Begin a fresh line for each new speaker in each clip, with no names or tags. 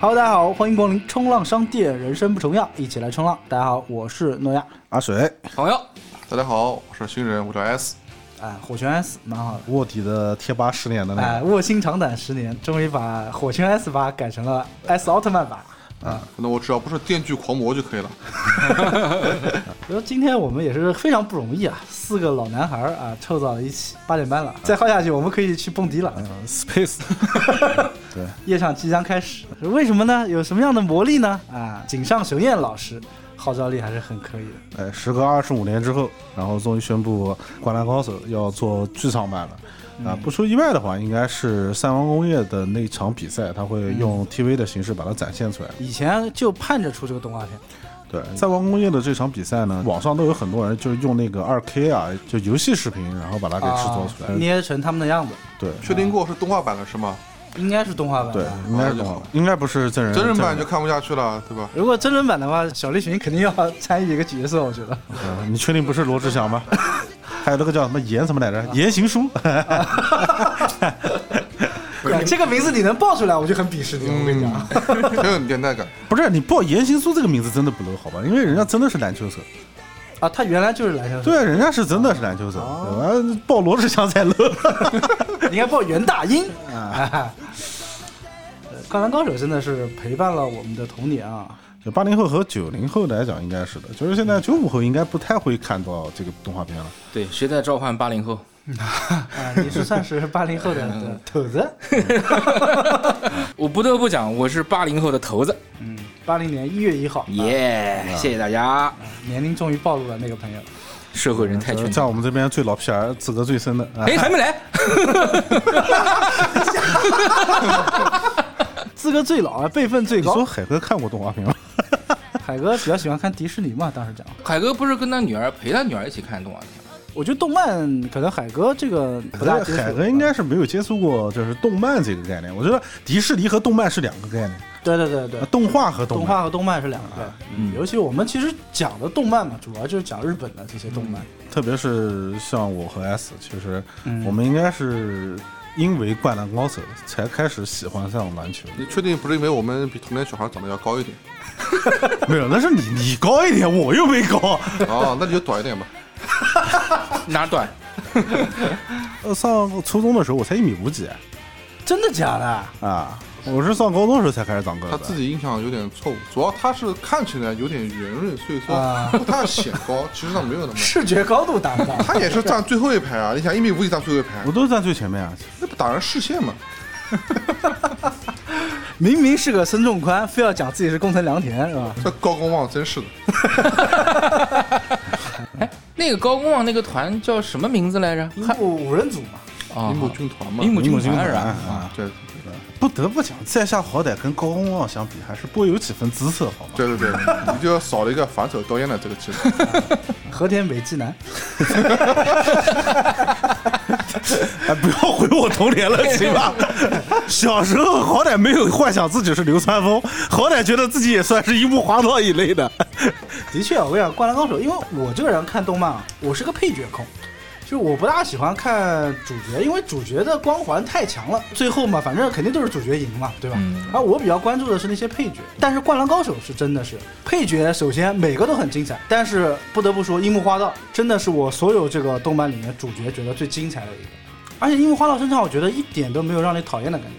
Hello，大家好，欢迎光临冲浪商店，人生不重样，一起来冲浪。大家好，我是诺亚，
阿水，
朋友，
大家好，我是新人，我叫 S。
哎，火拳 S 蛮好的，
卧底的贴吧十年的那
哎，
个，
卧薪尝胆十年，终于把火拳 S 八改成了 S 奥特曼版。
那我只要不是电锯狂魔就可以了。
然后今天我们也是非常不容易啊，四个老男孩儿啊凑到了一起，八点
啊
半了，再耗下去我们可以去蹦迪了。
哎 Space
夜场即将开始，为什么呢？有什么样的魔力呢？啊，井上雄彦老师号召力还是很可以的。
哎，时隔二十五年之后，然后终于宣布《灌篮高手》要做剧场版了。
嗯
啊，不出意外的话，应该是三王工业的那场比赛，他会
嗯
用 TV 的形式把它展现出来。
以前就盼着出这个动画片，
对，
嗯
三王工业的这场比赛呢，网上都有很多人就是用那个二 K 啊，就游戏视频，然后把它给制作出
啊
来。
捏成他们的样子，
对，
确定过是动画版了是吗？
应该是动画版
对
吧。，
应该是
那就好
动画应该不是真
嗯
人
真人版就看不下去了，对吧？
如果真人版的话，小栗旬肯定要参与一个角色，我觉得。
嗯你确定不是罗志祥吗？ 还有那个叫什么言什么来着？言行书。
对这个名字你能报出来，我就很鄙视你。我
嗯
跟你讲，
很有年代感。
不是你报言行书这个名字真的不 low 好吧？因为人家真的是篮球手，
啊，他原来就是篮球手，
对，人家是真的是篮球手，
哦
完报罗志祥才 low。
你应该报袁大英啊。 呃灌篮高手真的是陪伴了我们的童年 啊！
就八零后和九零后来讲，应该是的，就是现在九五后应该不太会看到这个动画片了。
对，谁在召唤八零后？
啊，你是算是八零后的
嗯
的头子，
我不得不讲，我是八零后的头子，啊
嗯，八零年一月一号，
嗯
耶！谢谢大家，嗯
年龄终于暴露了那个朋友。
社会人太
就是
全。
在我们这边最老屁孩、资格最深的啊，
哎，还没来，
资格最老啊，辈分最
你说
高。
海哥看过动画片吗？
海哥比较喜欢看迪士尼嘛，当时讲，
海哥不是跟他女儿陪他女儿一起看动画片吗？
我觉得动漫可能海哥这个不大接触。
海哥应该是没有接触过，就是动漫这个概念。我觉得迪士尼和动漫是两个概念，
对对对对
啊，动画和动
动
漫。
画和动漫是两个，嗯，尤其我们其实讲的动漫嘛，主要就是讲日本的这些动漫。
特别是像我和 S，其实
嗯
我们应该是因为《灌篮高手》才开始喜欢上篮球。
你确定不是因为我们比同龄小孩长得要高 一点？
没有，那是你你高一点，我又没高。
哦，那你就短一点吧。
哪短？
呃，上初中的时候我才一米五几
真的假的？
啊，我是上高中的时候才开始长个子。
他自己印象有点错误，主要他是看起来有点圆润，所以
啊
说不太显高， 其实他没有那么。
视觉高度达不到。
他也是站最后一排啊！你想一米五几站最后一排
我，都是站最前面啊，
那不挡人视线吗？
明明是个孙仲宽，非要讲自己是工藤良田，是吧？
这高公望真是的，
那个高公望那个团叫什么名字来着？
看五五人组嘛，
啊
樱木军团嘛。
樱木嗯
母
军团是吧？
啊。
对
不得不讲，在下好歹跟高公望相比，还是颇有几分姿色，好吗？
对对对，你就少了一个反手刀烟的这个技能。
和田美纪男。
哎，不要回我童年了，行 吧？小时候好歹没有幻想自己是流川枫，好歹觉得自己也算是樱木花道一类的。
的确，我跟你讲，《灌篮高手》，因为我这个人看动漫啊，我是个配角控，就是我不大喜欢看主角，因为主角的光环太强了。最后嘛，反正肯定都是主角赢嘛，对吧？
嗯
而我比较关注的是那些配角。但是《灌篮高手》是真的是配角，首先每个都很精彩，但是不得不说，樱木花道真的是我所有这个动漫里面主角觉得最精彩的一个。而且樱木花道身上，我觉得一点都没有让你讨厌的感觉。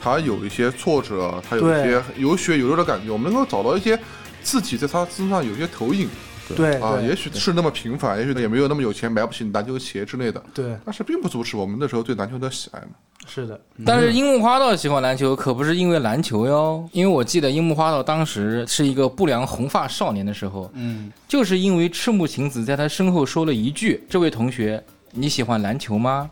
他有一些挫折，他有一些有血有肉的感觉，我们能够找到一些自己在他身上有一些投影
对
啊，也
对
许是那么平凡，也许也没有那么有钱，买不起篮球鞋之类的，
对，
但是并不阻止我们那时候对篮球的喜爱嘛。
是的，嗯
但是樱木花道喜欢篮球，可不是因为篮球哟。因为我记得樱木花道当时是一个不良红发少年的时候，
嗯，
就是因为赤木晴子在他身后说了一句：“这位同学，你喜欢篮球吗？”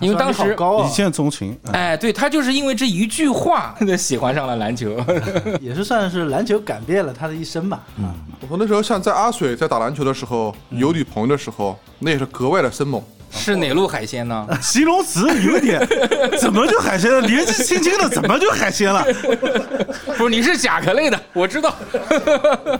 因为当
虽然你
时
好，高啊
一，见钟情，啊
哎，对他就是因为这一句 话，喜欢上了篮球。
也是算是篮球改变了他的一生吧。嗯，
我说那时候像在阿水在打篮球的时候，有女朋友的时候，那也是格外的生猛。
是哪路海鲜 呢？
形容词有点，怎么就海鲜了？年纪轻轻的怎么就海鲜了？
不是，你是甲壳类的。
我知道，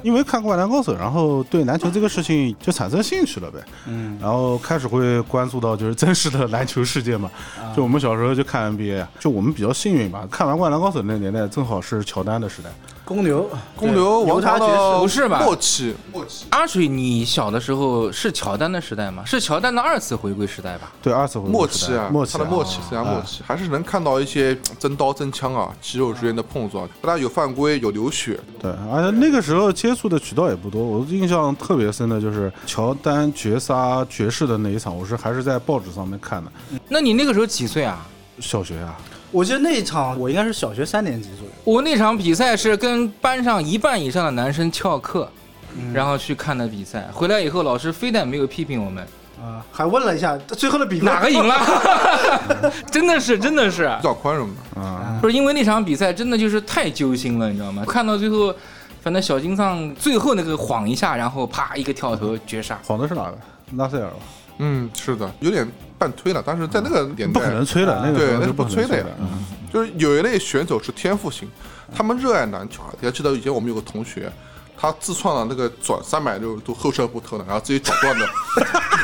因为看《灌篮高手》，然后对篮球这个事情就产生兴趣了呗。嗯，然后开始会关注到就是真实的篮球世界嘛。就我们小时候就看 NBA，就啊我们比较幸运吧，看完《灌篮高手》那年代正好是乔丹的时代。
公牛，
公牛
犹
王
他
朝
爵士
的
不是吧
末期，末期
阿水，你小的时候是乔丹的时代吗？是乔丹的二次回归时代吧？
对，二次回
末
合
期
时
啊
代，，末期
他
啊，
的末期，非常末期，还是能看到一些真刀真枪啊，肌肉之间的碰撞，大家有犯规，有流血，
对，而且那个时候接触的渠道也不多。我印象特别深的就是乔丹绝杀爵士的那一场，我是还是在报纸上面看的。
那你那个时候几岁啊？
小学啊，
我记得那一场我应该是小学三年级左右，
我那场比赛是跟班上一半以上的男生翘课，
嗯
然后去看的比赛。回来以后，老师非但没有批评 我们，
啊，还问了一下最后的比分
哪个赢？了， 真的是，真的是，
比较宽容的。
啊、
不是因为那场比赛真的就是太揪心了，你知道吗？看到最后，反正小金藏最后那个晃一下，然后啪一个跳投绝杀。
晃的是哪个？拉塞尔吧，
嗯，是的，有点半推了，但是在那个年
不可
代，
能吹的，那个
对
时候
那
是
是
不
不
可能
吹
吹
的呀
嗯
就是有一类选手是天赋型，他们热爱篮球啊。你还记得以前我们有个同学，他自创了那个转三百六十度后撤步投篮，然后自己找段子。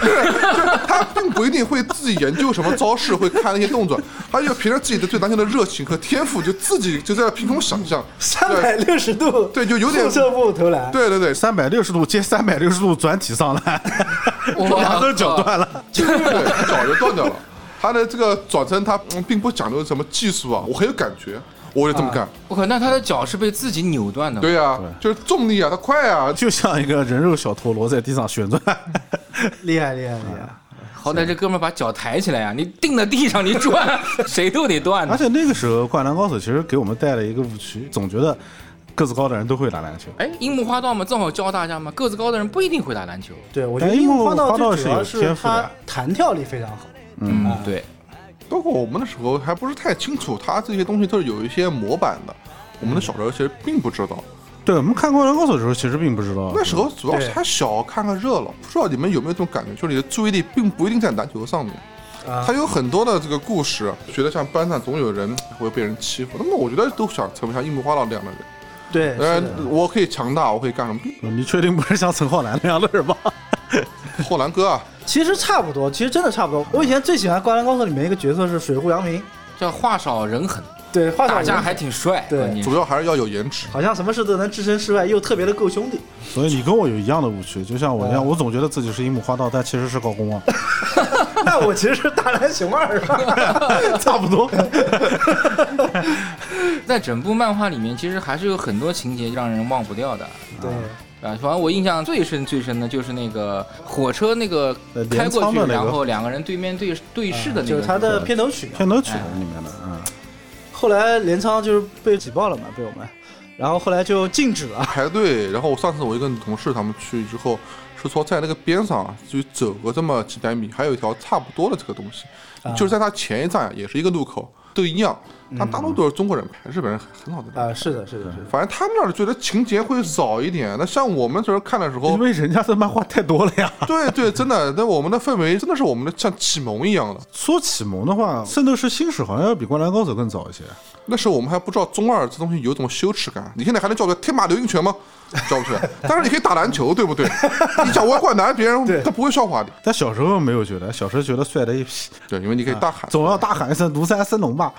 就是他并不一定会自己研究什么招式，会看那些动作，他就凭着自己的对篮球的热情和天赋，就自己就在凭空想象。
三百六十度，
对就有点
后撤步投篮，
对对对，
三百六十度接三百六十度转体上篮，
哇
两根脚断了。
对，脚就断掉了。他的这个转身，他嗯并不讲究什么技术啊，我很有感觉，我就这么干。
我靠，那他的脚是被自己扭断
啊
的。
对呀、就是重力啊，他快 啊，
就像一个人肉小陀螺在地上旋转，
厉害厉害厉害！
好歹这哥们儿把脚抬起来呀、你定在地上你转，谁都得断
而
的。
且那个时候《灌篮高手》其实给我们带了一个误区，总觉得个子高的人都会打篮球。
哎，樱木花道嘛，正好教大家嘛，个子高的人不一定会打篮球。
对，我觉得
但
樱
樱木
木花道
花道
最
是
主
有
要
天
是
赋的
他弹跳力非常好，
嗯，对，
包括我们的时候还不是太清楚，他这些东西都是有一些模板的。我
嗯
们的小时候其实并不知道，
啊
对我们看《灌篮高手》的时候，其实并不知道
那时候主要是
对
还小，看看热闹。不知道你们有没有这种感觉，就是你的注意力并不一定在篮球上面。
啊
他有很多的这个故事，觉得像班上总有人会被人欺负，那么我觉得都想成为像樱木花道这样的人。
对，哎是的
呃，我可以强大，我可以干 什么？
你确定不是像陈浩南那样的人吗？
后兰哥啊，
其实差不多，其实真的差不多。我以前最喜欢《灌篮高手》里面一个角色是水户洋平，
叫话少人狠，
对，画
打
小
架
人
还挺帅。
对
关键是
主要还是要有颜值。
好像什么事都能置身事外，又特别的够兄弟。
所以你跟我有一样的误区，就像我
嗯
一样，我总觉得自己是樱木花道，但其实是高公 望，
那我其实是大蓝熊二，啊是吧？
差不多。
在整部漫画里面，其实还是有很多情节让人忘不掉的。
对，
啊，反正我印象最深最深的就是那个火车那个
呃
开
镰
过
仓
去，
的那个啊
然后两个人对面对对视的那个，
就是他的片头曲。
片头曲里面的，嗯，
后来镰仓就是被挤爆了嘛，被我们，然后后来就禁止了。
排队，然后我上次我就跟同事他们去之后，是说在那个边上啊就走个这么几百米，还有一条差不多的这个东西，就是在它前一站也是一个路口，都一样。但大多都是中国人排，日本人很很少的。
啊，是的，是的，是的。
反正他们那儿觉得情节会少一点。那像我们这时候看的时候
因，为人家的漫画太多了呀。
对对，真的，那我们的氛围真的是我们的像启蒙一样的。
说启蒙的话，《圣斗士星矢》好像要比《灌篮高手》更早一些。
那时候我们还不知道中二这东西有种羞耻感。你现在还能叫出来天马流星拳吗？叫不出来。但是你可以打篮球，对不对？你讲我灌篮，别人他不会笑话你。
但小时候没有觉得，小时候觉得帅的一批，
对，因为你可以
啊
大喊。
总要大喊一声“庐山升龙 吧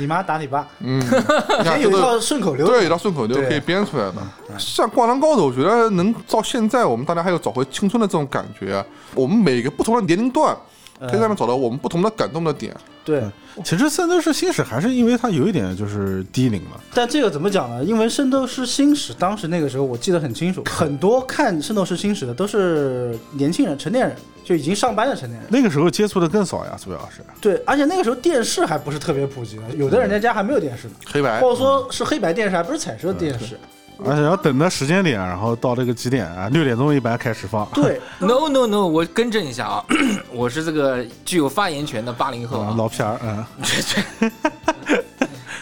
你妈打你爸，
你看
哎还有
这
一
个
套顺口溜。
对，然后顺口溜
对
可以编出来的。像《灌篮高手》，我觉得能到现在，我们大家还有找回青春的这种感觉。啊我们每个不同的年龄段，可以在上面找到我们不同的感动的点。
对，”。
其实《圣斗士星矢》还是因为它有一点就是低龄了，
但这个怎么讲呢？因为《圣斗士星矢》当时那个时候我记得很清楚，很多看《圣斗士星矢》的都是年轻人、成年人，就已经上班的成年人。
那个时候接触的更少呀，主要是。
对，而且那个时候电视还不是特别普及呢，有的人家家还没有电视呢，
黑白
或者说是黑白电视，还不是彩色电视。
嗯
而且要等到时间点，然后到这个几点啊？六点钟一般开始 放。
对，
No No No，我更正一下啊， 我是这个具有发言权的八零后
啊
啊。
老片儿，嗯，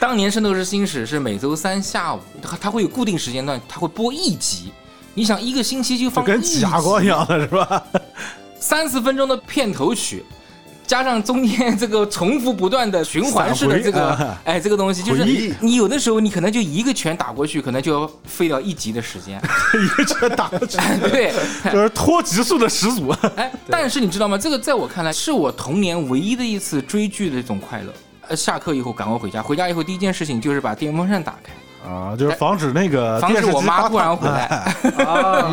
当年《圣斗士星矢》是每周三下午，它它会有固定时间段，它会播一集。你想一个星期就
就
放
跟
一
挤
集
牙膏一样的是吧？
三四分钟的片头曲，加上中间这个重复不断的循环式的这
闪
个
回，啊
哎，这个东西就是
回忆
你有的时候你可能就一个拳打过去，可能就要废掉一集的时 间，
一个拳打过去，
对，
就是拖级数的始祖。
哎，但是你知道吗？这个在我看来是我童年唯一的一次追剧的一种快乐。呃，下课以后赶快回家，回家以后第一件事情就是把电风扇打开，
啊，就是防止那个
哎防止
啊电视
我
机发
妈
烫
突然回来，
啊，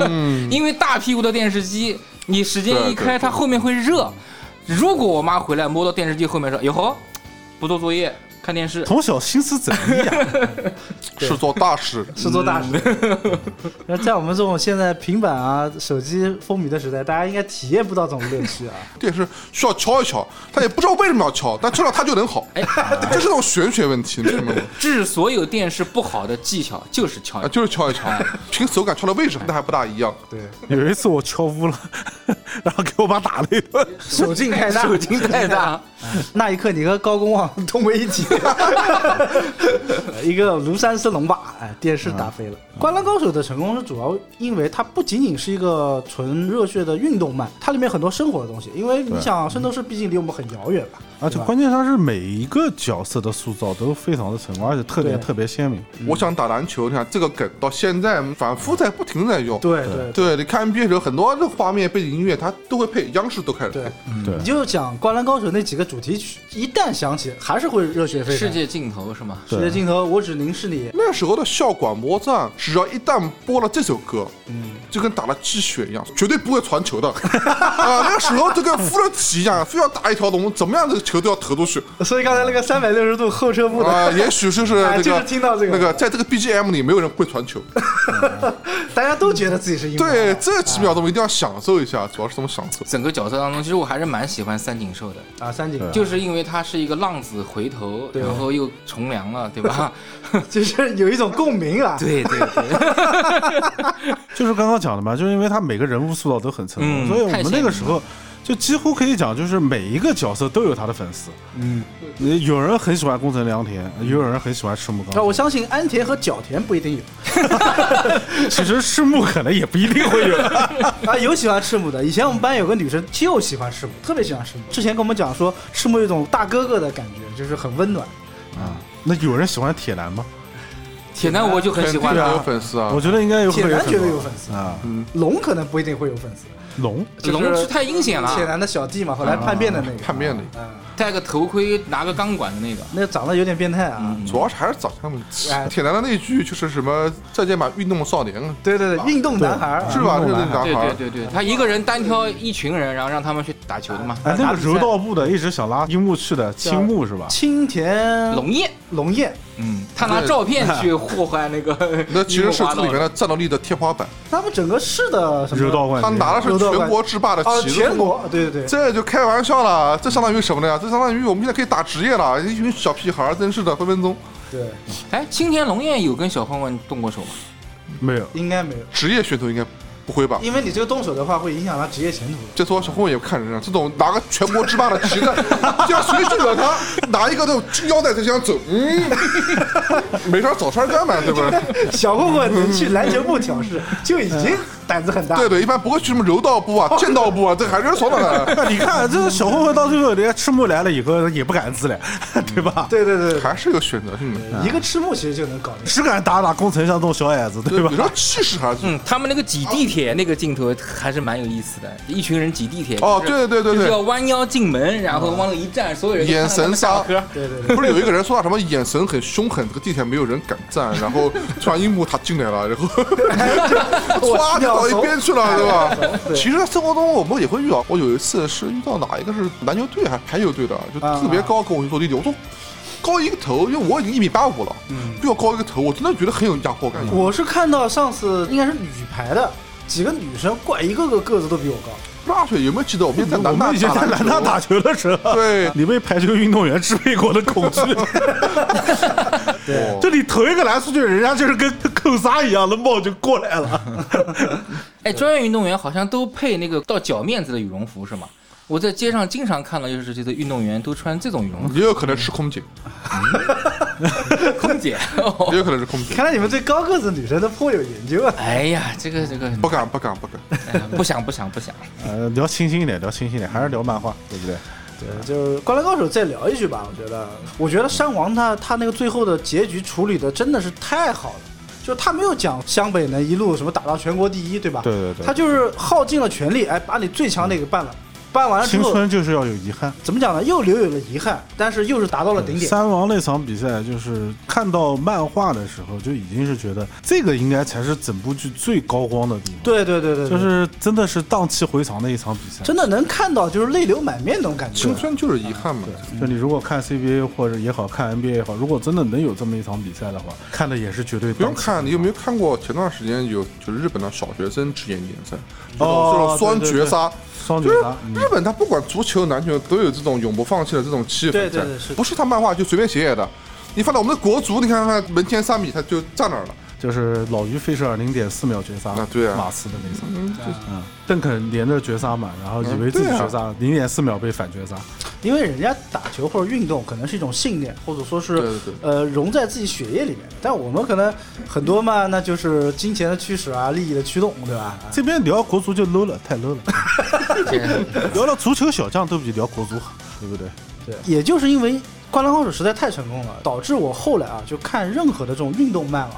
因为大屁股的电视机，你时间一
对
开，
对对
它后面会热。如果我妈回来摸到电视机后面说：“哟呵，不做作业，看电 视。
从小心思缜密啊，
是做 大事。
是做大事。 然后嗯在我们这种现在平板啊、手机风靡的时代，大家应该体验不到这种乐趣啊。
电视需要敲一敲，他也不知道为什么要敲，但敲了他就能好。
哎
这是那种玄学问题，你 明白吗？”
治所有电视不好的技巧就是敲
啊，。就是敲一敲，凭手感敲的位置那还不大一样。
对，
有一次我敲屋了， 然后给我妈打了一顿。
手劲太大，手劲
太大，
那一刻你和高公望同为 一体，一个庐山升龙吧，哎，电视打飞了。灌篮高手》的成功是主要因为它不仅仅是一个纯热血的运动漫，它里面很多生活的东西。因为你
对
想，圣斗士毕竟离我们很遥远吧，
而且
对吧
啊关键它是每一个角色的塑造都非常的成功，而且特点
对
特别鲜明。
嗯
我想打篮球，你看这个梗到现在反复在不停的在用。
对对
对，你看 NBA 的时候，很多的画面背景音乐它都会配，央视都开始
对
配。，
对
你，就讲《灌篮高手》那几个主题曲，一旦响起，还是会热血沸腾。
世界尽头是吗？
世界尽头，我只凝视你。
那时候的校广播站，只要一旦播了这首歌，
嗯，
就跟打了鸡血一样，绝对不会传球的。 啊、那个时候就跟敷了棋一样，非要打一条龙，怎么样这个球都要投 出去。
所以刚才那个三百六十度后撤步的，
啊、也许就是
哎
那
就是
个
听到这个
那个，在这个 BGM 里没有人会传球。
大家都觉得自己是英雄。
对，这几
哎
秒钟一定要享受一下，主要是这么享受。
整个角色当中，其实我还是蛮喜欢三井寿的。
啊，三井
对
就是因为他是一个浪子回头，
对
然后又从良了，对吧？
就是 有一种共鸣啊。
对对对，
就是刚刚讲的嘛，就是因为他每个人物塑造都很成功，
嗯
所以我
太
们
鲜
那
明
个时候就几乎可以讲，就是每一个角色都有他的粉丝。
嗯，
呃有人很喜欢宫城良田，有人很喜欢赤木
那
刚
我
宪。
相信安田和角田不一定
其实赤木可能也不一定会有。
有啊，有喜欢赤木的。以前我们班有个女生就喜欢赤木，特别喜欢赤木。之前跟我们讲说，赤木有一种大哥哥的感觉，就是很温暖。
啊，那有人喜欢铁男吗？
铁男我就很喜欢
肯定有
他，
粉丝啊
我，觉得应该有会
铁
有
男
很
绝对
多
有粉丝
啊。
龙可能不一定会有粉丝，
龙
就是
龙是太阴险
铁
了，
男的小弟嘛，后来嗯叛变的那个，
叛变的，
嗯，
戴个头盔拿个钢管的那个，
那个长得有点变态啊。
嗯
主要是还是长相问题
哎。
铁男的那一句就是什么“再见吧，运动少年
对对对，运动男孩”，
是
儿
吧？
运
这
动
个
男
男
对
孩
对，对对，他一个人单挑一群人，然后让他们去打球的嘛。
哎，那
打
个
比赛啊
柔道部的一直想拉樱木去的青木是吧？
青田
龙焰，
龙彦。
嗯，他拿照片去祸害那 个，
那其实是这里面的战斗力的天花板。
他们整个市的什么
柔道冠
他
军，
拿的是全国制霸的
啊，
旗子
全，国对对对，
这就开玩笑了。这相当于什么呢呀？这相当于我们现在可以打职业了，一群小屁孩儿，真是的，分分钟
对，
哎，青田龙焰有跟小混混动过手吗？
没有。
应该没有，
职业选手应该不会吧？
因为你这个动手的话会影响他职业前途的。
这说小混混也不看人啊，这种拿个全国制霸的 旗子，这样谁去惹他？拿一个那种金腰带就这样走，嗯， 没事儿找事儿干呗，对不对？
小混混能去篮球部挑事，就已经胆子很大。
对对，一般不会去什么柔道部啊、剑道部啊，这还是爽的呢，
那你看，这个小混混到最后，人家赤木来了以后也不敢自来，对吧？
嗯对对对对
还是有选择性的。
对，一个赤木其实就能搞定。
只敢打打工程像这种小矮子，对吧
你？说气势还是
嗯，他们那个挤地铁那个镜头还是蛮有意思的，一群人挤地铁。
哦，
就是
对对对
就是
对
要弯腰进门，然后往那一站，所有人
对，眼 神杀。
对对对，
不是有一个人说到什么眼神很凶狠，这个地铁没有人敢站，然后突然樱木他进来了，然后 唰就到一边去了，对吧？其实生活中我们也会遇到，我有一次是遇到哪一个是篮球队还是排球队的，就特别高，跟我去做弟弟，我说高一个头，因为我已经一米八五了，比我高一个头，我真的觉得很有压迫感。
我是看到上次应该是女排的几个女生，怪一个个个子都比我高。
大学有没有记得我们 在
我
南大
们以前在南大
篮球
打球的时候，
对
你被排球运动员支配过的恐 惧，
哦
就你投一个篮出去，人家就是跟扣杀一样的帽就过 来了。
哎，专业运动员好像都配那个到脚面子的羽绒服是吗？我在街上经常看到，就是这些运动员都穿这种羽绒服。
也有可能是空姐，
空 姐，
也有可能是空姐。
看来你们对高个子女生都颇有研究啊。
哎呀，这个这个，
不敢不敢不敢，
哎呀不想不想不想。
呃，聊清新一点，聊清新一点，还是聊漫画，对不对？
对，就是《灌篮高手》再聊一句吧，我觉得，我觉得山王他他那个最后的结局处理的真的是太好了，就是他没有讲湘北能一路什么打到全国第一，对吧？
对对对
他就是耗尽了全力，哎，把你最强那个办了，办完了之
青
后，
春就是要有遗憾。
怎么讲呢？又留有了遗憾，但是又是达到了顶点。
三王那场比赛，就是看到漫画的时候，就已经是觉得这个应该才是整部剧最高光的地方。
对对对对，对
就是真的是荡气回肠的一场比赛。
真的能看到就是泪流满面那种感觉
青。春就是遗憾嘛。
就你如果看 CBA 或者也好看 NBA 也好，如果真的能有这么一场比赛的话，看的也是绝对
不用
荡气
看，
回
你有没
肠
有看过前段时间有就是日本的小学生职业联赛，
哦
这种双绝杀，
双绝
就是
杀？嗯
日本他不管足球、篮球都有这种永不放弃的这种气氛
对
在，
对对是的
不是他漫画就随便写写的。你放到我们的国足，你看看门前三米他就站那儿了，
就是老于费舍尔零点四秒绝杀，
啊对啊
马刺的那场，
嗯，啊
嗯，邓肯连着绝杀满，然后以为自己绝杀，零点四秒被反绝杀，
因为人家打球或者运动可能是一种信念，或者说是
对对对
呃融在自己血液里面。但我们可能很多嘛，那就是金钱的驱使啊，利益的驱动，对吧？
这边聊国足就 low 了，太 low 了，聊聊足球小将都比聊国足好，对不对？
对，也就是因为《灌篮高手》实在太成功了，导致我后来啊，就看任何的这种运动漫啊，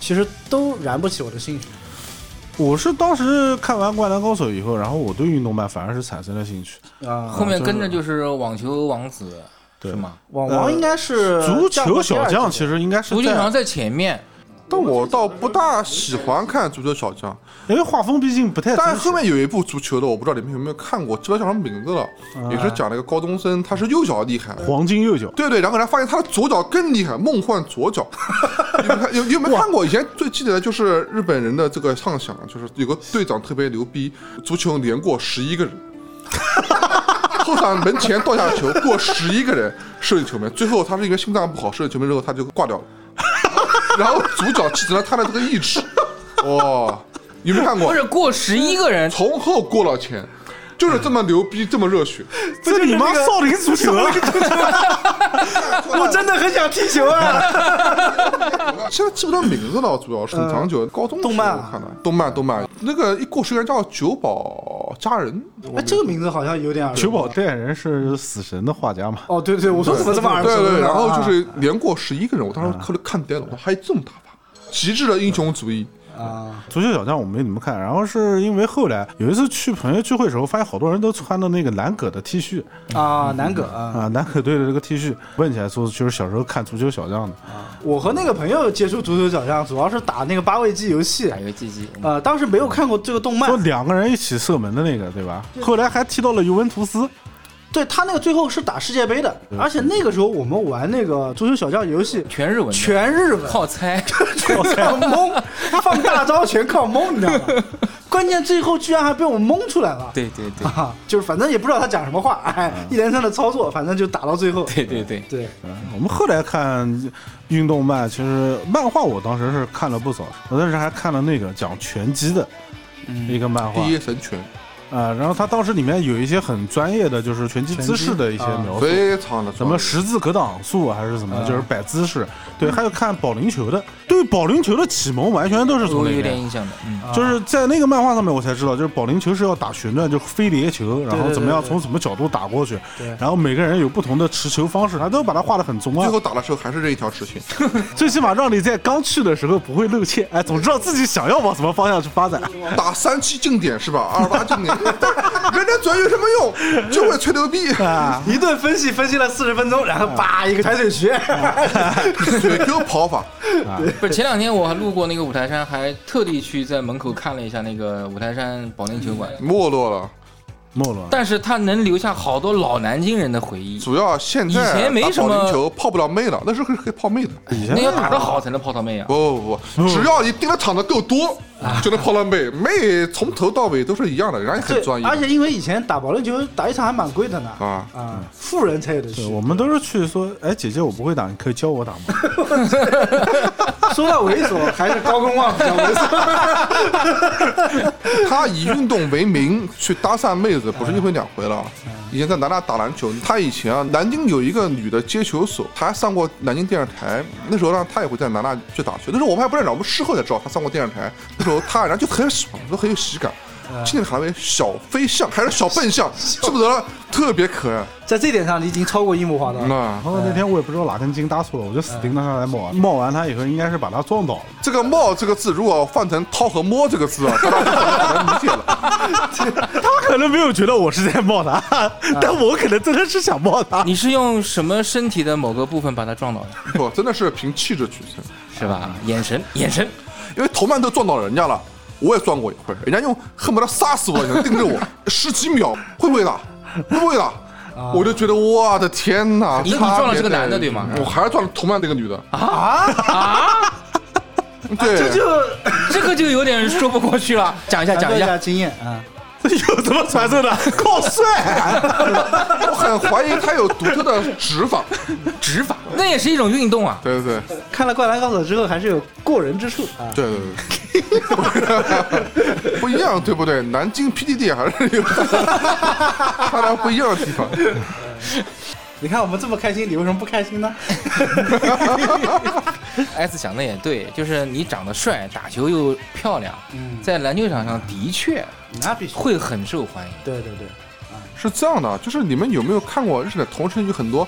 其实都燃不起我的兴趣。
我是当时看完《灌篮高手》以后，然后我对运动漫反而是产生了兴趣。
啊、
后面跟着就是网球王子，
对
是吗？
网王应该是
呃足球小将
实
其实应该是
足球好像
在，
在前面，
但我倒不大喜欢看足球小将，
因为画风毕竟不太哎真实。
但是后面有一部足球的，我不知道你们有没有看过，记不得叫什么名字了，也是讲了一个高中生，他是右脚厉害，
黄金右脚，
对对，然后他发现他的左脚更厉害，梦幻左脚。你们看有有没有看过？以前最记得的就是日本人的这个畅想，啊就是有个队长特别牛逼，足球连过十一个人，后场门前倒下球过十一个人射进球门，最后他是因为心脏不好射进球门之后他就挂掉了，然后主角继承了他的这个意志。哇，有没有看过
不？是过十一个人，
从后过了前，就是这么牛逼，这么热血。
这你妈少林足球啊！
我真的很想踢球 啊！
现在记不得名字了，主要是很长久，高中的时候
动漫啊
看的，动漫动漫，那个一过时间叫《九保佳人》，
哎，这个名字好像有点耳熟
九保代人是死神的画家嘛？
哦，对对，我说怎么这么耳熟
对
呢？
对，然后
啊
就是连过十一个人，我当时看看呆了，我说还有这么打法，极致的英雄主义。
啊，
足球小将我没怎么看，然后是因为后来有一次去朋友聚会的时候，发现好多人都穿的那个蓝葛的 T 恤
啊，南葛啊，
啊，蓝葛队的这个 T 恤，问起来说就是小时候看足球小将的，
我和那个朋友接触足球小将，主要是打那个八位机游戏
哎
打。一个 GG，
呃，当时没有看过这个动漫
说，两个人一起射门的那个，对吧？后来还踢到了尤文图斯，
对他那个最后是打世界杯的，而且那个时候我们玩那个足球小将游戏，
全日文的，
全日文，
靠猜，
全靠蒙，放大招全靠蒙，你知道吗？关键最后居然还被我们蒙出来了。
对对对
啊， 就是反正也不知道他讲什么话，哎，一连串的操作，反正就打到最后。
对对对，
对，
嗯我们后来看运动漫，其实漫画我当时是看了不少，我当时还看了那个讲拳击的一个漫画
第一神拳
啊、然后它当时里面有一些很专业的，就是拳击
拳击
姿势的一些
啊
描述。
非常的
什么
专业
十字格挡术还是什么，
啊
就是摆姿势。对，还有看保龄球的，对保龄球的启蒙完全都是从
哦
我
那
有点
边。
印象的，嗯，
就是在那个漫画上面，我才知道，就是保龄球是要打旋转，就是飞碟球，然后
对
怎么样
对
从什么角度打过去
对，
然后每个人有不同的持球方式，他都把它画的很中
最
啊
后，打的时候还是这一条直线，
最起码让你在刚去的时候不会露怯，哎，总知道自己想要往什么方向去发展。
打三七进点是吧？ 二十八进点，人家嘴有什么用？就会吹牛逼，
一顿分析分析了四十分钟，然后叭一个抬腿瘸，
嘴 Q 跑法。
嗯不是前两天我还路过那个五台山，还特地去在门口看了一下没有那个五台山保龄球馆，
没落了，
没落，
但是它能留下好多老南京人的回忆。
主要现在
以前没
打
什
保
么
龄球泡不了妹了，那时候可以泡妹的。
以前
那要打得好才能泡到妹啊！
不不不
哦
不，只要你盯的场子够多，
啊
就能泡到妹。妹从头到尾都是一样的，人家也很专业。
而且因为以前打保龄球打一场还蛮贵的呢，
啊
啊，富人才有的去
对。我们都是去说，哎，姐姐我不会打，你可以教我打吗？
说到猥琐， 还是高公望比较猥琐。
他以运动为名去搭讪妹子，不是一回两回了。
哎
以前在南大打篮球，他以前啊，南京有一个女的接球手，她还上过南京电视台。那时候呢，她也会在南大去打球。那时候我们还不认识，我们事后才知道她上过电视台。那时候她，然后就很喜欢，都很有喜感。
啊
经典卡为小飞象还是小笨象，记不得了，特别可爱。 嗯
在这点上你已经超过樱木花道了。
那
然后那天我也不知道哪根筋搭错了，我就死盯着他来
嗯
冒，冒完他以后应该是把他撞倒了。
这个“冒”这个字，如果换成“掏”和“摸”这个字啊，大家可能理解了。
他可能没有觉得我是在冒他，但我可能真的是想冒他。
嗯你是用什么身体的某个部分把他撞倒的，
不，真的是凭气质取胜，
是吧？眼神，眼神，
因为头曼都撞到人家了，我也撞过一回，人家用恨不得杀死我一样盯着我十几秒，会不会打？会不会打？
啊
我就觉得我的天哪！
你你
差别
撞了这个
在
男的对吗啊
我还是撞了同曼这个女的啊对，
这就
这个就有点说不过去了。讲一下，
讲
讲
一
一
下
下，
经验啊，
有什么传授的？靠帅！
我很怀疑他有独特的指法。
指法，那也是一种运动啊。
对对对
看了《灌篮高手》之后还是有过人之处啊。
对对对， 不一样，对不对？南京 PDD 还是有差点不一样的地方。
你看我们这么开心，你为什么不开心呢？
艾斯想的也对，就是你长得帅，打球又漂亮，
嗯
在篮球场上的确
那必须。
会很受欢迎。
对对对，
是这样的啊，就是你们有没有看过日本的同时有很多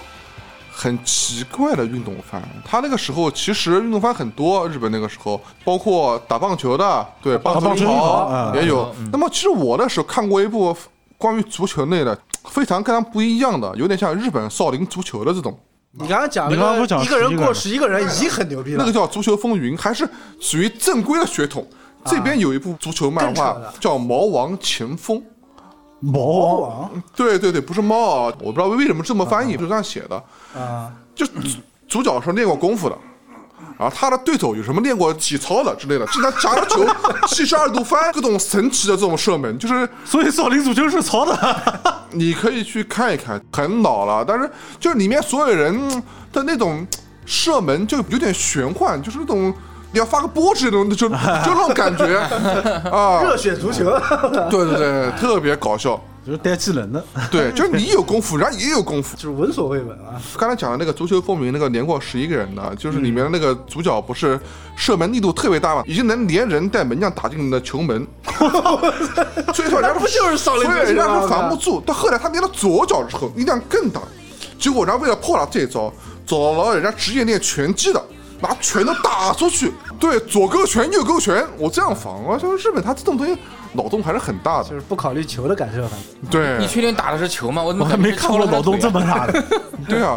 很奇怪的运动番？他那个时候其实运动番很多，日本那个时候包括打棒球的，对，棒
棒球运动
好
啊
也有。那么其实我那时候看过一部关于足球类的，非常跟他们不一样的，有点像日本少林足球的这种。
你刚刚讲
你刚刚
了
不讲
一个人
11个
过
人
十一个人已经很牛逼
那个
了。
叫《足球风云》，还是属于正规的血统。这边有一部足球漫
啊更扯
画
的
叫《毛王前锋》，
魔
国
王
王
对对对，不是猫啊，我不知道为什么这么翻译，就这样写的。
啊，
就主主角是练过功夫的，然后他的对手有什么练过体操的之类的，经常夹着球七十二度翻，各种神奇的这种射门，就是
所以少林足球是抄的。
你可以去看一看，很老了，但是就是里面所有人嗯的那种射门就有点玄幻，就是那种你要发个波之类的，就就那种感觉 啊，
热血足球，
对对对，特别搞笑。
就是带技能的，
对，就是你有功夫，人家也有功夫。
就是闻所未闻啊。
刚才讲的那个足球风云，那个连过十一个人的，
嗯
就是里面的那个主角不是射门力度特别大嘛，已经能连人带门将打进你的 球门，所以说人家
那不就是少林足球吗
所以人家说防不住。到后来他连了左脚之后，力量更大，结果人家为了破了这一招，找了人家职业练拳击的。拿拳头打出去，对，左勾拳，右勾拳，我这样防。我说日本他这种东西脑洞还是很大的
就，是不考虑球的感受，反正
对
你，确定打的是球吗？我怎
我
么
还没看过脑洞这
么
么 大的。
对啊，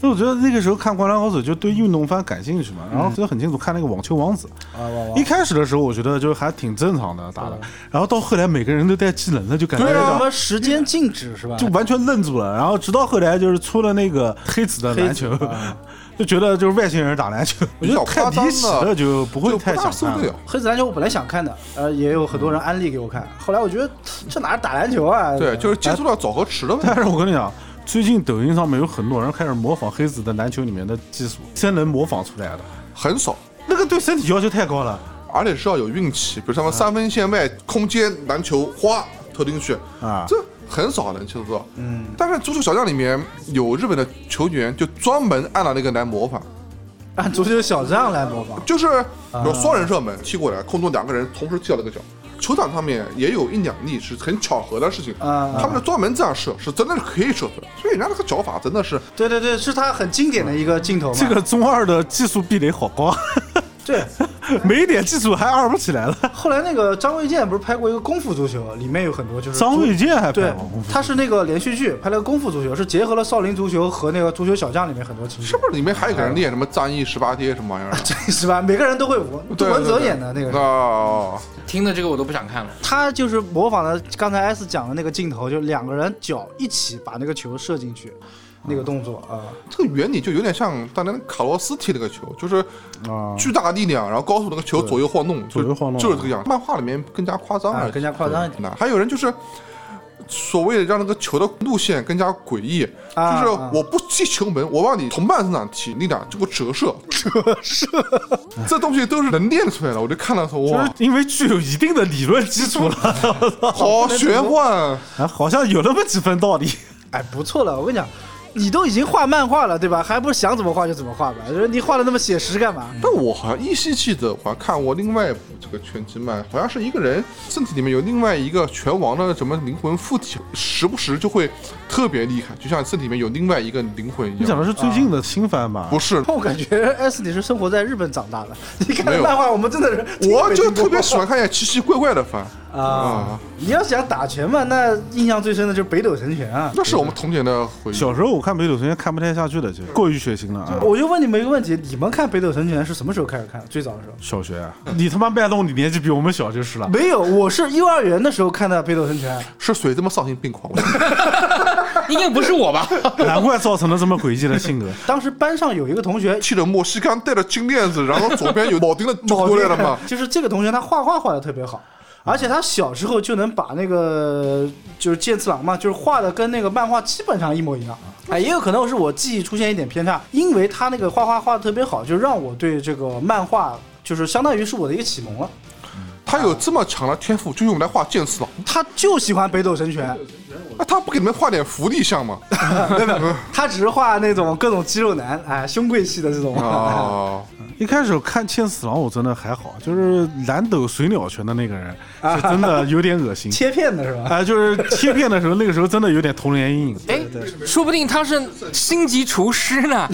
所以我觉得那个时候看《灌篮高手》就对运动番感兴趣嘛，然后记得很清楚看那个《网球王子》
啊，我
一开始的时候我觉得就还挺正常的打的，然后到后来每个人都带技能了，就感觉
对啊
什么时间静止是吧？
就完全愣住了。然后直到后来就是出了那个黑子的篮球
黑子啊，
就觉得就是外星人打篮球，我
比
觉
较
得太
夸张
离奇了，
的，
就不会太
就大
想
受
看
不了
了。。
黑子篮球我本来想看的，呃，也有很多人安利给我看，后来我觉得这哪是打篮球啊？
对，就是接触到枣和池的 问
但
题。
是我跟你讲，最近抖音上面有很多人开始模仿黑子的篮球里面的技术，真能模仿出来的，
很少，
那个对身体要求太高了。
而且是要有运气，比如什么三分线外空接篮球，哗投进去
啊
这很少能接触到。嗯，但是足球小将里面有日本的球员就专门按照那个来模仿，
按足球小将来模仿，
就是有双人射门踢过来，空中两个人同时踢到那个角。球场上面也有一两例是很巧合的事情，
啊
他们就专门这样射，是真的是可以射出来。所以人家那个脚法真的是
对对对，是他很经典的一个镜头嘛。
这个中二的技术壁垒好高，
对，
没一点技术还二不起来了。
后来那个张卫健不是拍过一个功夫足球，里面有很多就是
张卫健还拍
对
过功，夫
他是那个连续剧拍了个功夫足球，是结合了少林足球和那个足球小将里面很多情节
是， 不是里面还有个人练什么战役十八贴什么玩意儿的？
是吧？每个人都会舞，杜
对
文泽
对对
演的那个是。
啊，
听的这个我都不想看了。
他就是模仿了刚才 S 讲的那个镜头，就两个人脚一起把那个球射进去，那个动作啊、
这个原理就有点像当年卡洛斯踢那个球，就是
啊
巨大力量，然后高速那个球左右晃动，就
左右晃动
就是这个样。漫画里面更加夸张
啊
了，
更加夸张一点。
那还有人就是所谓的让那个球的路线更加诡异，
啊
就是我不踢球门，我往你同伴身上踢，你俩就给我折射，折射， 这东西都是能练出来的。我就看到说
就
哇
是，因为具有一定的理论基础了，
好玄幻，啊
哎好像有那么几分道理。
哎，不错了，我跟你讲，你都已经画漫画了，对吧？还不是想怎么画就怎么画吧？就是你画的那么写实干嘛？
但我好像依稀记得，我还看过另外一部这个拳击漫，好像是一个人身体里面有另外一个拳王的什么灵魂附体，时不时就会特别厉害，就像身体里面有另外一个灵魂一
你讲
样。
的是最近的新番吧？
不是，
我感觉 S 你是生活在日本长大的，你看
没有
漫画，我们真的是
我就特别喜
爽。
欢看一些奇奇怪怪的番
啊。你要想打拳嘛，那印象最深的就是北斗神拳啊。
那是我们童年的回忆。
小时候我看《北斗神拳》看不太下去的，就过于血腥了啊！
我就问你们一个问题：你们看北斗神拳是什么时候开始看？最早的时候？
小学啊，你他妈脉动，你年纪比我们小就是 了。
没有，我是幼儿园的时候看的北斗神拳。
是谁这么丧心病狂？
应该不是我 吧？
难怪造成了这么诡异的性格。
当时班上有一个同学
去了墨西哥，带着金链子，然后左边有铆钉的就
某
过来
个。
了嘛
就是这个同学他画画画的特别好，而且他小时候就能把那个就是剑次郎嘛，就是画的跟那个漫画基本上一模一样。哎，也有可能是我记忆出现一点偏差，因为他那个画画画的特别好，就让我对这个漫画就是相当于是我的一个启蒙了。
他有这么强的天赋，就用来画剑刺了。
他就喜欢北斗神拳，
那他不给你们画点福利项吗？
他只是画那种各种肌肉男，哎，胸贵系的这种。
啊，
一开始我看《千死郎》，我真的还好，就是蓝斗水鸟拳的那个人，是真的有点恶 心。
切片的是吧？
啊，就是切片的时候，那个时候真的有点童年阴 影。
哎，说不定他是星级厨师 呢，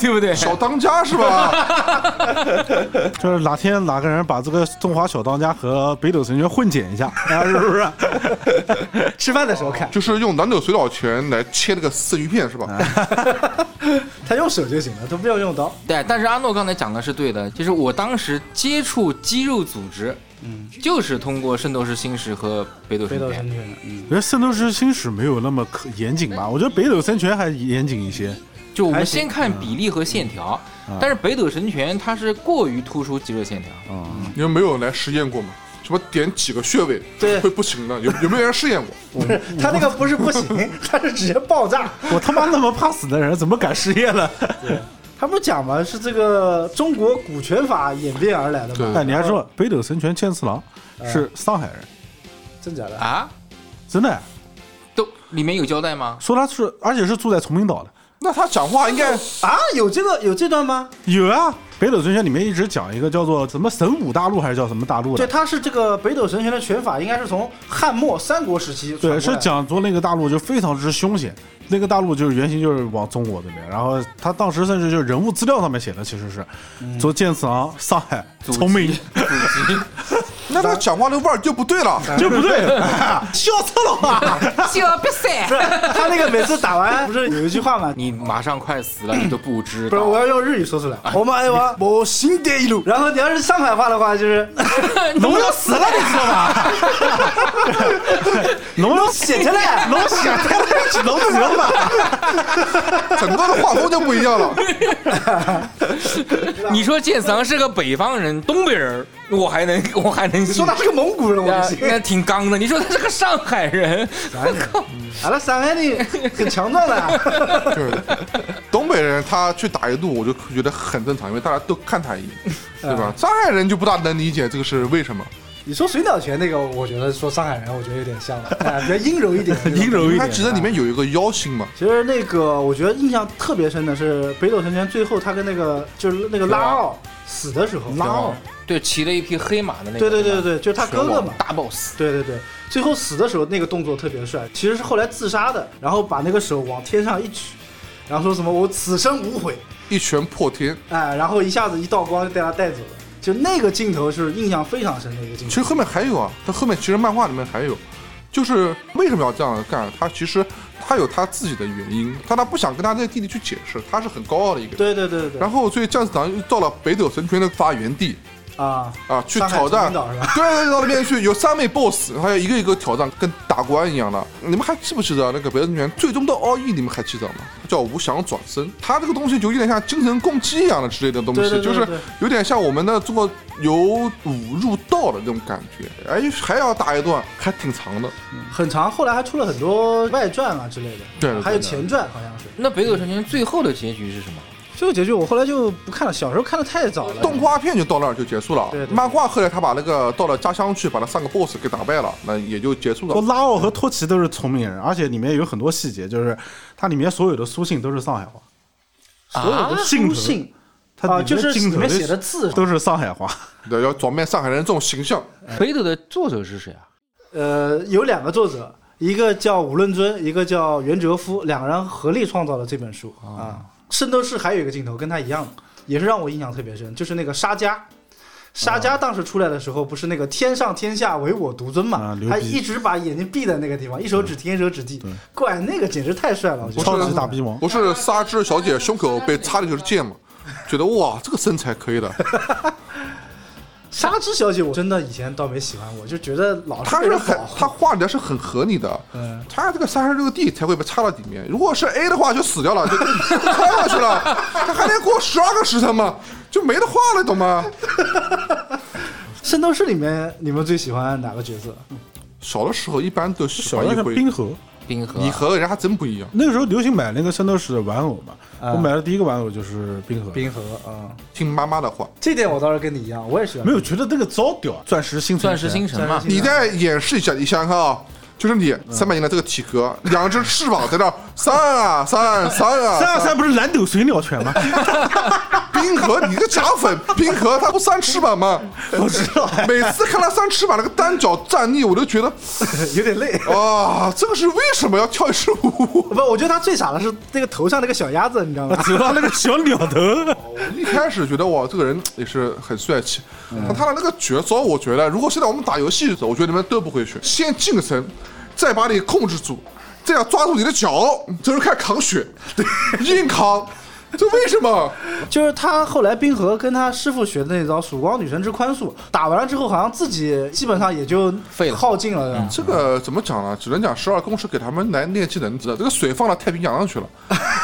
对不对？
小当家是吧？
就是哪天哪个人把这个《中华小当家》和《北斗神拳》混剪一下，啊，是不是？
吃饭的时候看，
就是用南斗水岛拳来切那个生鱼片是吧？
他用手就行了，都不要用刀。
对，但是阿诺刚才讲的是对的，就是我当时接触肌肉组织，嗯，就是通过《圣斗士星矢》和《北斗
北
神
斗
拳
神》。拳，嗯，
我觉得《圣斗士星矢》没有那么可严谨吧？我觉得《北斗神拳》还严谨一些。
就我
还
们
行
先看比例和线条，
嗯
但是《北斗神拳》它是过于突出肌肉线条。
哦
你们没有人来实验过吗？什么点几个穴位
对
会不行的？有有没有人试验过？
不是 他那个不是不 行，他是直接爆炸。
我他妈那么怕死的人，怎么敢失业 呢？
他不讲嘛，是这个中国股权法演变而来的
对
嘛？
哎，你还说北斗神拳千次郎是上海人，
真假的？
啊，
真的
都里面有交代 吗？
说他是，而且是住在崇明岛的。
那他讲话应该
啊，有这个有这段吗？
有啊，北斗神拳里面一直讲一个叫做什么神武大陆还是叫什么大陆
对，
的，
他是这个北斗神拳的拳法，应该是从汉末三国时期传
对，
过
是
来的。
讲说那个大陆就非常之凶险，那个大陆就是原型就是往中国这边，然后他当时甚至就是人物资料上面写的其实是说剑次郎上海
祖
崇明
籍，祖籍
那他讲话那味儿就不对了。
就不 对，
笑死了啊！
小比赛
不，是 他那个每次打 完不是有一句话吗？
你马上快死了，你都不知
不是，我
道。
要用日语说出来。
哎
我们爱玩我新的一路。然后你要是上海话的话， 就是
龙要死了，你知道吗？龙要死，
写出 来，
龙死了，龙死了吧？
整个的画风就不一样 了。
你说剑桑是个北方人，东北人，我还能 我还能
你
信
说他是个蒙古人，我
那
就信。
那挺刚的。你说他是个上海 人，我靠，
阿拉上海的很强壮的，啊
就是东北人，他去打一路，我就觉得很正常，因为大家都看他一眼，对吧？上海人就不大能理解这个是为什么。
你说水鸟拳那个，我觉得说上海人，我觉得有点像了，哎比较阴柔一点。
阴。柔一
你还
点。
记得里面有一个妖星吗？
其实那个，我觉得印象特别深的是《北斗神拳》最后他跟那个就是那个拉奥死的时候，拉奥，
对，骑了一匹黑马的那个，
对对对
吧，
对，就是他哥哥嘛。
大 boss。
对对对，最后死的时候那个动作特别帅，其实是后来自杀的，然后把那个手往天上一举，然后说什么我此生无悔，
一拳破天。
哎，然后一下子一道光就带他带走了，就那个镜头是印象非常深的一个镜
其
头。
实后面还有啊，他后面其实漫画里面还有，就是为什么要这样干？他其实他有他自己的原因，但他不想跟他那个弟弟去解释，他是很高傲的一个人。
对对对对对，
然后，所以战士长又到了北斗神拳的发源地
啊，
啊，去
上海
挑战
崇明岛是吧
对对，对到那边去有三位 BOSS，还有一个一个挑战，跟打官一样的。你们还记不记得那个北斗神拳最终的奥义？你们还记得吗？叫无想转身，它这个东西有点像精神共击一样的之类的东西，
对对对
就是
对
有点像我们的中国由武入道的那种感觉。哎，还要打一段，还挺长的。
很长，后来还出了很多外传啊之类的，
对对对
还有前传好像是。
那北斗神拳最后的结局是什么？
最后结局我后来就不看了，小时候看的太早了。
动画片就到那儿就结束了
对。对
漫画后来他把那个到了家乡去，把那三个 BOSS 给打败了，那也就结束
我
了。
拉奥和托奇都是聪明人，而且里面有很多细节，就是它里面所有的书信都是上海话，
所有的
镜
书
头
信
它
啊，
里面
就是
镜
里
头
面写的字，
都是上海话。
对，要转变上海人这种形象。
北斗的作者是谁啊？
呃，有两个作者，一个叫武论尊，一个叫袁哲夫，两个人合力创造了这本书啊。圣斗士还有一个镜头跟他一样，也是让我印象特别深，就是那个沙迦。沙迦当时出来的时候，不是那个“天上天下唯我独尊”嘛
啊？牛
他
逼
一直把眼睛闭在那个地方，一手指天，一手指地
对，
怪那个简直太帅了，我觉得
超级大逼王，
不是沙织小姐胸口被插的就是 剑嘛？觉得哇，这个身材可以的。
沙之小姐，我真的以前倒没喜欢过，就觉得老是
她
被
是
人
很
保，护
她画的是很合理的。
嗯
她这个三十六地才会被插到里面。如果是 A 的话，就死掉了，就 就穿下去了。她还得给我十二个时辰嘛，就没得画了，懂吗？
圣斗士里面，你们最喜欢哪个角色？
小的时候一般都喜
小
欢
的
一
是
回。
冰啊河。
冰河
你和人家还真不一样。
那个时候流行买那个圣斗士的玩偶嘛，
啊
我买的第一个玩偶就是冰河，
冰河啊、
听妈妈的话，
这点我倒是跟你一样，我也喜欢。
没有觉得那个糟屌，钻石星辰
钻石星辰嘛
钻石，星
你再演示一下，你想想看啊，就是你三百年的这个体格，两只翅膀在那儿扇啊扇扇啊
三二三不是蓝斗水鸟拳吗？
冰河，你个假 粉，冰河他不扇翅膀吗？
我知道，
每次看他扇翅膀那个单脚站立，我都觉得
有点累。
啊，这个是为什么要跳一支舞？
不，我觉得他最傻的是那个头上那个小鸭子，你知道吗？
只有他那个小鸟 头，
一开始觉得哇，这个人也是很帅气，但他的那个绝招，我觉得如果现在我们打游戏，我觉得你们都不会学，先近身，再把你控制住，这样抓住你的脚，这就开始扛血，硬扛，这为什么？
就是他后来冰河跟他师傅学的那招“曙光女神之宽恕”，打完了之后，好像自己基本上也就
废了
耗尽了。
这个怎么讲呢？只能讲十二宫是给他们来练技能的。这个水放到太平洋上去了，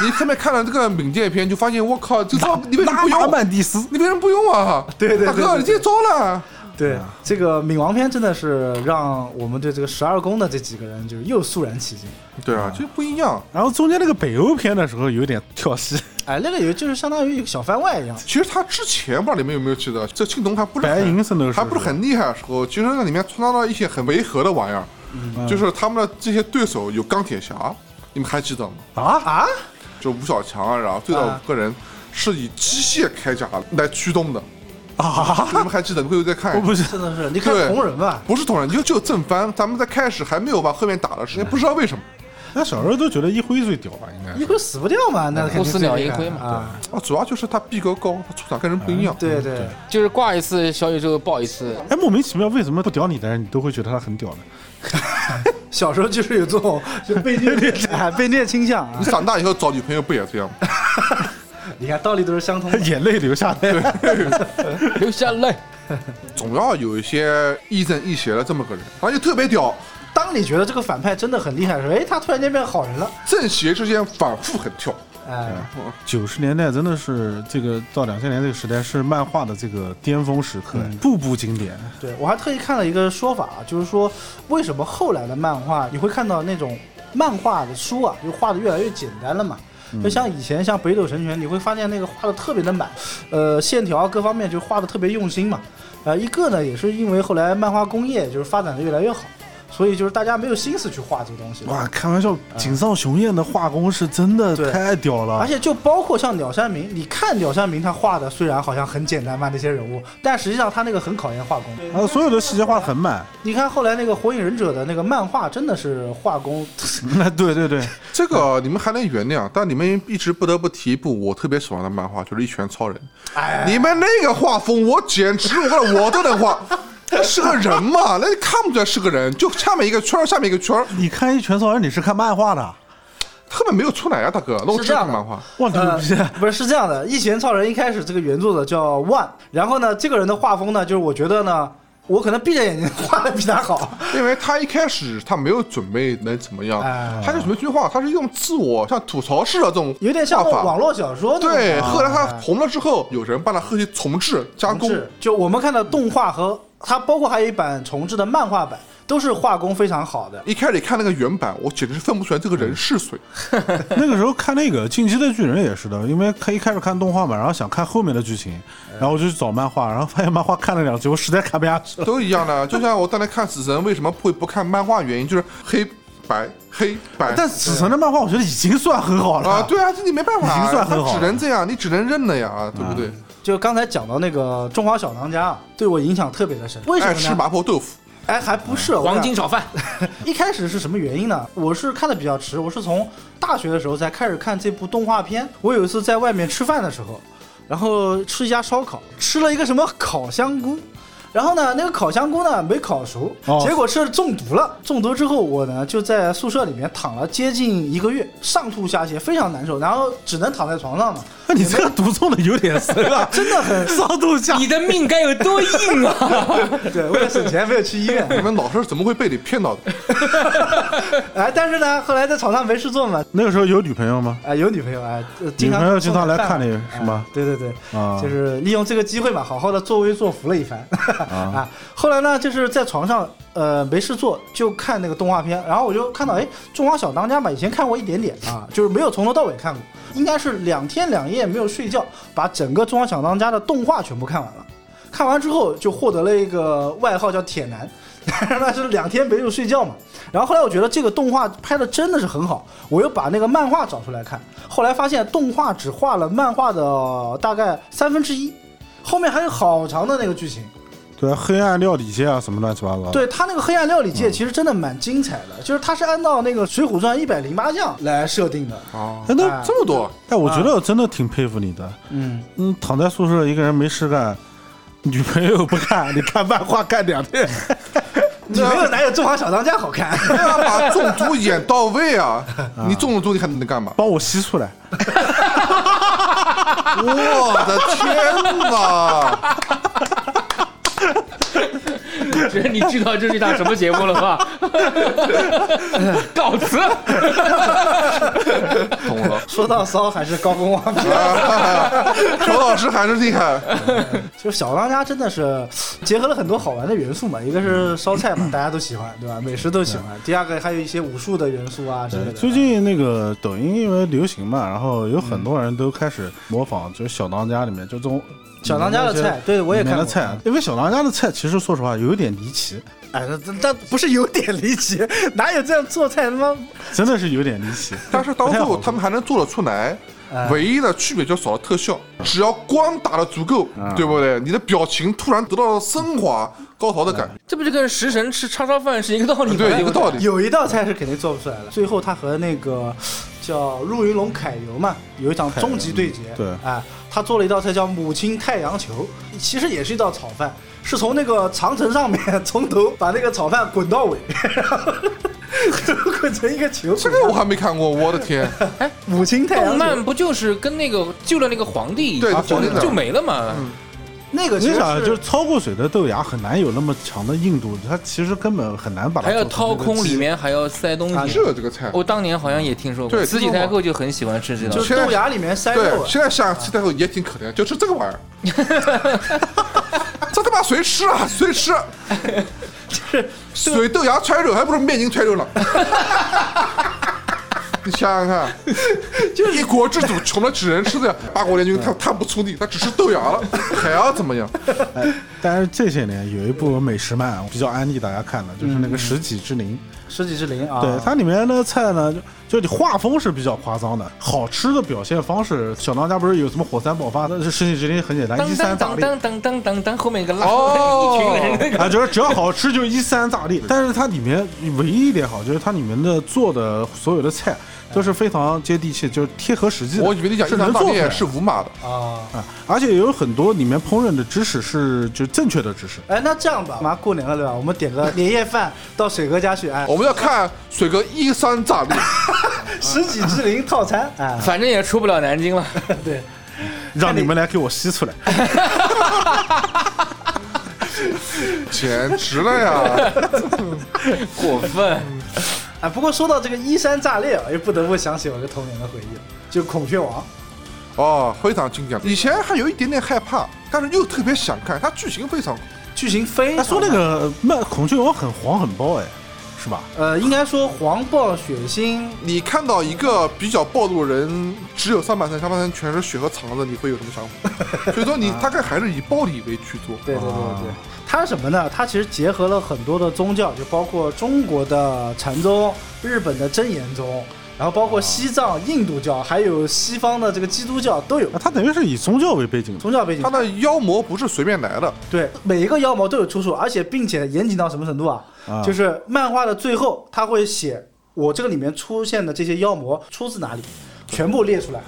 你后面看了这个冥界篇，就发现我靠，这招你为什么不
阿
用？
曼蒂斯，
你为什么不用啊？
对对对
大哥，
对
你这招了。
对，这个冥王篇真的是让我们对这个十二宫的这几个人就是又肃然起敬。
对啊，就不一样。
然后中间那个北欧篇的时候有点跳戏，
哎，那个也就是相当于一个小番外一样。
其实他之前吧，你们有没有记得，这青铜还不是
白
很
银圣斗士
还不是很厉害的时候，其实那里面穿插了一些很违和的玩意儿，就是他们的这些对手有钢铁侠，你们还记得吗？
啊啊，
就吴小强，然后最早
啊
五个人是以机械铠甲来驱动的啊！你们还记得？你们可以再看
我
一下。
不是
真的是，你看
对
同人吧，
不是同人，就就正番，咱们在开始还没有把后面打的
嗯
时间，不知道为什么
那小时候都觉得一辉最屌吧，应该
一
是。
辉死不掉嘛，那肯定
不死鸟
最厉
一
害
辉嘛
啊，
啊，主要就是他逼格高，他出场跟人不一样。
嗯对对，
就是挂一次小宇宙爆一次，
哎，莫名其妙，为什么不屌你的人，你都会觉得他很 屌呢？。
小时候就是有这种 就被虐哎被虐倾向啊
你。长大以后找女朋友不也这样吗？
你看道理都是相通的
眼泪流下来，
留下来。
总要有一些亦正亦邪的这么个人，而且特别屌，
当你觉得这个反派真的很厉害的时候，哎，他突然间变好人了，
正邪之间反复横跳。
哎，
九十年代真的是这个到两千年这个时代是漫画的这个巅峰时刻，步步经典。
对我还特意看了一个说法啊，就是说为什么后来的漫画你会看到那种漫画的书啊，就画的越来越简单了嘛。就像以前像北斗神拳，你会发现那个画的特别的满，呃，线条各方面就画的特别用心嘛。呃，一个呢也是因为后来漫画工业就是发展的越来越好，所以就是大家没有心思去画这个东西了。
哇，开玩笑，井上雄彦的画工是真的
对
太屌了，
而且就包括像鸟山明，你看鸟山明他画的虽然好像很简单吧那些人物，但实际上他那个很考验画工。
啊，所有的细节画得很满。
你看后来那个火影忍者的那个漫画，真的是画工，
那 对对对，
这
嗯
个你们还能原谅，但你们一直不得不提一部我特别喜欢的漫画，就是《一拳超人》。
哎
你们那个画风，我简直我看我都 能画。那是个人嘛？那看不出来是个人，就下面一个圈儿，下面一个圈儿，
你看《一拳超人》，你是看漫画的，
后面没有出来啊呀、大哥。那我
是
只
这样
看
的
漫画。
哇 牛
呃
逼！，
不是是这样的，《一拳超人》一开始这个原作者叫万，然后呢，这个人的画风呢，就是我觉得呢，我可能闭着眼睛画的比他好，
因为他一开始他没有准备能怎么样，
哎
他就准备句话，他是用自我像吐槽式的这种
有点像
画法
网络小说那种
对，
啊
后来他红了之后，有人帮他后期重制加
重
工，
置，就我们看的动画和它，包括还有一版重置的漫画版，都是画工非常好的。
一开始看那个原版，我简直是分不出来这个人是谁。
嗯
那个时候看那个《进击的巨人》也是的，因为看一开始看动画嘛，然后想看后面的剧情，然后我就去找漫画，然后发现漫画看了两集，我实在看不下去 了。
都一样的，就像我当年看《死神》，为什么会不看漫画？原因就是黑白黑白。
但死神的漫画我觉得已经算很好了
啊，对啊，这你没办法，
已经算很好
他
了
只能这样，你只能认了呀，对不对？
就刚才讲到那个《中华小当家》啊，对我影响特别的深。为什
爱
么
吃
呢？
麻婆 豆腐，
哎，还不是我跟你
黄
讲
金炒饭，
一开始是什么原因呢？我是看的比较迟，我是从大学的时候才开始看这部动画片。我有一次在外面吃饭的时候，然后吃一家烧烤，吃了一个什么烤香菇。然后呢，那个烤香菇呢没烤熟
哦，
结果是中毒了。中毒之后，我呢就在宿舍里面躺了接近一个月，上吐下泻，非常难受，然后只能躺在床 上嘛，
那你这个毒中的有 点深啊，
真的很
上吐 下
你的命该有多硬啊！
对。为了省钱，没有去医院。
你们老师怎么会被你骗到的？
哎，但是呢，后来在床上没事做嘛，
那个时候有女朋友吗？
哎，有女朋友哎，呃
女
经常
朋友经常
送
来
点
看
饭
你
嘛
是吗
哎？对对对，
啊，
就是利用这个机会嘛，好好的作威作福了一番
啊，
啊。后来呢，就是在床上呃没事做，就看那个动画片，然后我就看到哎《中华小当家》嘛，以前看过一点点啊，就是没有从头到尾看过，应该是两天两夜没有睡觉，把整个《中华小当家》的动画全部看完了。看完之后就获得了一个外号叫铁男， 那是两天没有睡觉嘛。然后后来我觉得这个动画拍的真的是很好，我又把那个漫画找出来看，后来发现动画只画了漫画的大概三分之一，后面还有好长的那个剧情。
对啊，黑暗料理界啊，什么乱七八糟。，
对他那个黑暗料理界其实真的蛮精彩的，就是他是按照那个《水浒传》一百零八将来设定的。
啊，
哎，那
哎
这么多，
哎，我觉得我真的挺佩服你的。
嗯，
嗯，躺在宿舍一个人没事干，女朋友不看，你看漫画看两天。
你没有哪有《中华小当家》好看？
对啊，把中毒演到位 啊！你中了毒，你还能干嘛？
帮我吸出来。
我的天 哪！
觉得你知道这是一档什么节目了吧？ 告辞。
懂了，
说到骚还是高公望平。
乔老师还是厉害。
就是小当家真的是 结合了很多好玩的元素嘛，一个是烧菜 嘛，大家都喜欢，嗯对吧？美食都喜欢。第二个还有一些武术的元素啊之类的。
最近那个抖音因为流行嘛，然后有很多人都开始模仿，就是小当家里面就这种
嗯小当家的菜，对我也
里面
看
的
过
菜。，因为小当家的菜其实说实话有点离奇，
哎，那那那不是有点离奇， 哪有这样做菜他妈？
真的是有点离奇。
但是到
不
最
太好
后
做
他们还能做得出来，唯一的区别就少了特效，只要光打的足够，对不对？你的表情突然得到了升华、高潮的感觉，
这不就跟食神吃叉烧饭是一个道理吗？
对，一个道理。
有一道菜是肯定做不出来的。最后他和那个 叫陆云龙凯游嘛，有一场终极对决。
对
哎，他做了一道菜叫母亲太阳球，其实也是一道炒饭，是从那个长城上面从头把那个炒饭滚到尾， 然后滚成一个球。
这个我还没看过，我的 天！
母亲太
动
阳
漫
球，
不就是跟那个救了那个皇帝，
对
就
皇帝的
就没了嘛？
那个其
你
实
想，啊就是是焯过水的豆芽很难有那么强的硬度，它其实根本很难把它
还要
做成
掏
那个
空
鸡
里面还要塞东
啊
西
是。的，这个菜。
我当年好像也听说过，
对
慈禧太后就很喜欢吃这道
就
菜。
是豆芽里面塞
对
肉，啊。
现在想起来后也挺可怜，就吃这个玩意儿。 这他妈谁吃啊？谁 吃？水豆芽揣肉，还不如面筋揣 肉呢。你想想看，一国之主穷的只能吃这样，八国联军他他不出力，他只吃豆芽 了，还要怎么样？
但是这些年有一部美食漫比较安利大家看的，就是
嗯
那个《食戟之灵》。
十几之零啊，
对，它里面的菜呢，就就你画风是比较夸张的，好吃的表现方式，小当家不是有什么火山爆发，但是《食戟之灵》很简单，一
当
三
当
炸
当
裂。
当当当当当，后面一个拉一
哦
群人 那个。
啊，就是只要好吃就一三炸裂。但是它里面唯一一点好，就是它里面的做的所有的菜都是非常接地气，就是贴合实际的。
我以为你讲一
是
场
能
大
做出来
面
的
是无码的，
啊。
啊，而且有很多里面烹饪的知识是就正确的知识。
哎，那这样吧，马上过年了对吧？我们点个年夜饭到水哥家去，哎，
我们要看水哥一三炸 裂，
十几之零套餐，哎，
反正也出不了南京了，
对，
让你们来给我吸出来。
简直 了呀！
过分。
啊，不过说到这个依山炸裂啊，又不得不想起我一个童年的回忆了，就孔雀王。
哦，非常经典。以前还有一点点害怕，但是又特别想看，它剧情非常好。
剧情非
哎，
常
说那个漫孔雀王很黄很暴哎，是吧？
呃，应该说黄暴血腥，
你看到一个比较暴露的人只有上半身，下半身全是血和肠子，你会有什么想法？所以说你大概还是以暴力为居多。
对对对对对
啊，
它是什么呢？它其实结合了很多的宗教，就包括中国的禅宗、日本的真言宗，然后包括西藏、印度教，还有西方的这个基督教都有
啊，他等于是以宗教为背景的
宗教背景
他。的妖魔不是随便来的，
对，每一个妖魔都有出处，而且并且严谨到什么程度啊？
啊，
就是漫画的最后，他会写我这个里面出现的这些妖魔出自哪里，全部列出来。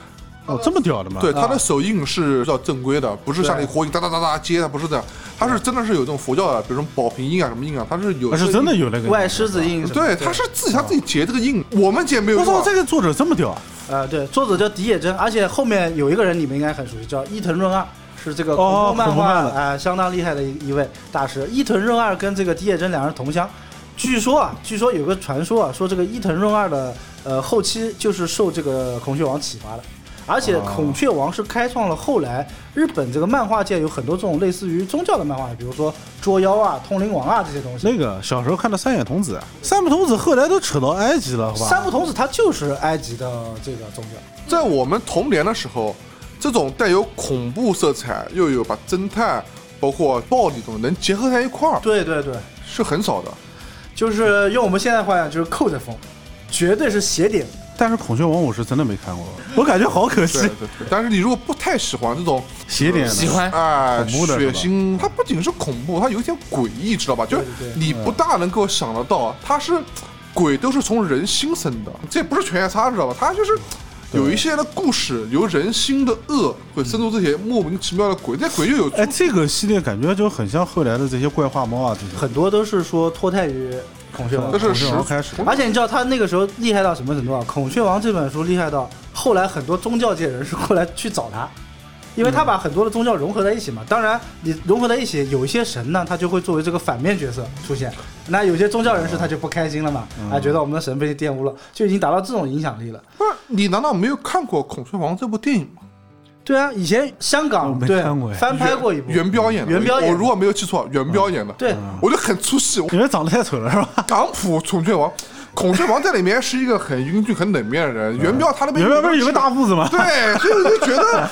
哦这么屌的吗？
对，
啊
他的手印是比较正规的，不是像那火影哒哒哒哒接，他不是这样，他是真的是有这种佛教的，比如说宝瓶印啊什么印啊，他是有，
那是真的。有那个
外狮子印什么的，
对，他是自己他自己结这个印，我们结没有
我
用
操，
啊。
这个作者这么屌啊！
呃，对，作者叫荻野真，而且后面有一个人你们应该很熟悉，叫伊藤润二，是这个恐
哦
怖漫
恐怖
画
漫
啊
的、
相当厉害的一一位大师。伊藤润二跟这个荻野真两人同乡，据说啊，据说有个传说啊，说这个伊藤润二的呃后期就是受这个孔雀王启发的。而
哦
且孔雀王是开创了后来日本这个漫画界有很多这种类似于宗教的漫画，比如说捉妖啊、通灵王啊这些东西。
那个小时候看的三眼童子，三木童子后来都扯到埃及了，好吧？
三木童子他就是埃及的这个宗教，
在我们童年的时候，这种带有恐怖色彩又有把侦探包括暴力这种能结合在一块儿
对对对，
是很少的。
就是用我们现在话讲，就是扣着风，绝对是邪点。
但是孔雀王我是真的没看过，我感觉好可惜
对，对对，但是你如果不太喜欢这种
邪点的啊
喜欢
哎，
恐怖的
血
是吧
腥，它不仅是恐怖，它有一点诡异，知道吧？就是
对对
你不大能够想得到，它是鬼都是从人心生的，这不是犬夜叉，知道吧？它就是。有一些的故事由人心的恶会生出这些莫名其妙的鬼，这鬼就有
哎，这个系列感觉就很像后来的这些怪话猫啊，这些啊
很多都是说脱胎于孔雀王
这，是
从
实
这种开始
而且你知道他那个时候厉害到什么程度啊？《孔雀王》这本书厉害到后来很多宗教界人士过来去找他，因为他把很多的宗教融合在一起嘛。当然，你融合在一起，有一些神呢，他就会作为这个反面角色出现。那有些宗教人士他就不开心了嘛，啊，觉得我们的神被玷污了，就已经达到这种影响力了。
不是你难道没有看过《孔雀王》这部电影吗？
对啊，以前香
我
港
没
对
看过哎
翻拍过一部，
袁彪演的，
袁彪演的
我如果没有记错，袁彪演的，
对，
我就很出戏。
因为长得太丑了是吧？
港普孔雀王，孔雀王在里面是一个很英俊、很冷面的人，袁彪他那边
原来不是有个大痦子吗？
对，所以我就觉得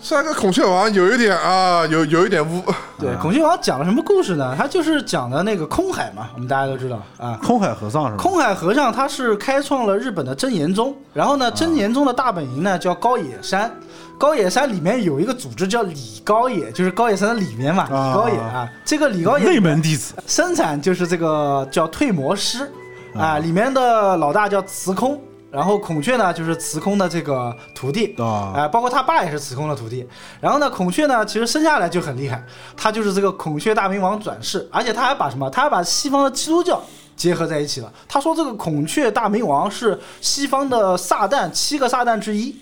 这个孔雀王有一点啊，有有一点污。
对，孔雀王讲了什么故事呢？他就是讲的那个空海嘛，我们大家都知道啊。
空海和尚是吧？
空海和尚他是开创了日本的真言宗，然后呢，真言宗的大本营呢叫高野山，高野山里面有一个组织叫李高野，就是高野山的里面嘛，
啊
李高野啊，这个李高野
内门弟子，
生产就是这个叫退魔师啊，里面的老大叫慈空，然后孔雀呢就是慈空的这个徒弟
啊
哎，包括他爸也是慈空的徒弟。然后呢，孔雀呢其实生下来就很厉害，他就是这个孔雀大明王转世，而且他还把什么？他还把西方的基督教。结合在一起了。他说：“这个孔雀大明王是西方的撒旦七个撒旦之一，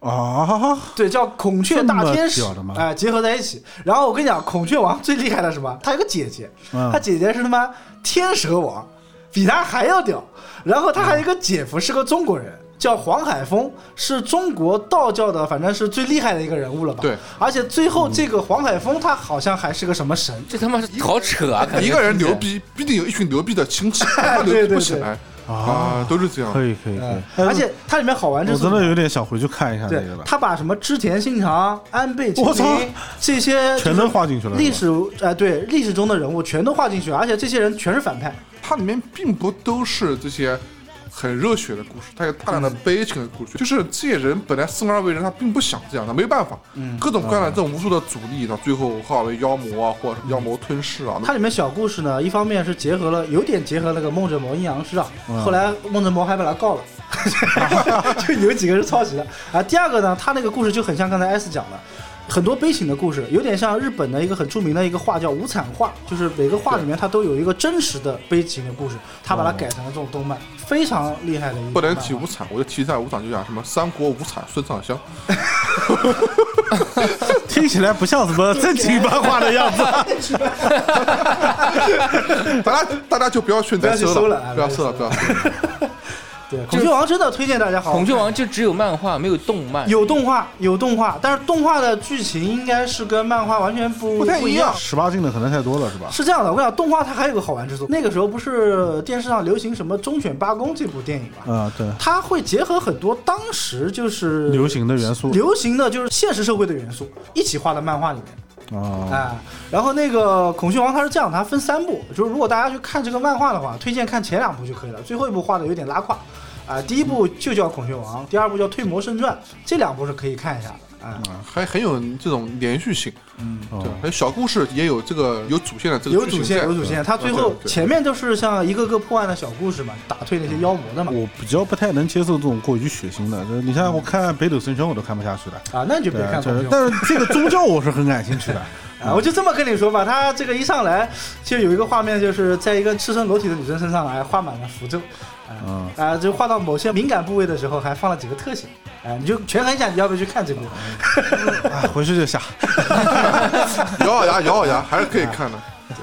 啊，
对，叫孔雀大天使
这么屌的吗，
哎、结合在一起。然后我跟你讲，孔雀王最厉害的是什么？他有个姐姐，
嗯
他姐姐是他妈天蛇王，比他还要屌。然后他还有一个姐夫是个中国人，叫黄海峰，是中国道教的，反正是最厉害的一个人物了吧？
对。
而且最
嗯
后这个黄海峰他好像还是个什么神，
这他妈是好扯啊！感觉
一个
听
人
起
牛
来，
逼，必定有一群牛逼的亲 戚，他牛逼不起来啊，都是这样。
可以可以可
嗯
以，，
而且它里面好玩
我
就是
真的有点想回去看一啊下那
对
个了，。
他把什么织田信长、安倍晴
我操
明这些
全都画进去了
历史哎、对历史中的人物全都画进去了，而且这些人全是反派。
嗯
它里面并不都是这些很热血的故事，它有大量
嗯
的悲情的故事，就是这些人本来生而为人，他并不想这样，他没办法，
嗯
各种各样的这种无数的阻力，到最后化为妖魔啊，或者是妖魔吞噬啊。
它里面小故事呢，一方面是结合了，有点结合那个梦枕魔阴阳师啊，
嗯
后来梦枕魔还把他告了， 就有几个是抄袭的啊。第二个呢，它那个故事就很像刚才 S 讲的。很多悲情的故事，有点像日本的一个很著名的一个画叫无惨画，就是每个画里面它都有一个真实的悲情的故事，它
哦
把它改成了这种动漫，非常厉害的一个。
不能提无惨，我就提一下无惨，就讲什么三国无惨孙尚香，
听起来不像什么正经漫画的样子。
大家大家就不要去再
不要去搜
了
了啊，
不要搜了，不要搜了。
对，孔雀王真的推荐大家好好看。
孔雀王就只有漫画，没有动漫。
啊有动画，有动画，但是动画的剧情应该是跟漫画完全不
不太
一
一样
十八禁的可能太多了，是吧？
是这样的，我跟你讲，动画它还有个好玩之处。那个时候不是电视上流行什么《忠犬八公》这部电影吗？
啊，对，
它会结合很多当时就是
流行的元素
流行的就是现实社会的元素一起画到漫画里面。
啊，
哎，然后那个《孔雀王》它是这样，它分三部，就是如果大家去看这个漫画的话，推荐看前两部就可以了，最后一部画的有点拉胯，啊、第一部就叫《孔雀王》，第二部叫《退魔圣传》，这两部是可以看一下的，啊、
还很有这种连续性，
哦
对，还有小故事也有这个有主线的这个
有
剧
主
情
线，
在
有主线，它最后
对对
前面都是像一个个破案的小故事嘛，打退那些妖魔的嘛，
我比较不太能接受这种过于血腥的，就是你像我看《北斗神拳》我都看不下去的，
啊，那你就别
对啊，
看
就
孔
是
雀王。
但是这个宗教我是很感兴趣的，
啊，我就这么跟你说吧，他这个一上来就有一个画面，就是在一个赤身裸体的女生身上还画满了符咒，啊
嗯、
啊，就画到某些敏感部位的时候，还放了几个特写，啊，你就权衡一下，你要不要去看这部？
哎，回去 就下，
咬咬牙，咬咬牙，还是可以看的。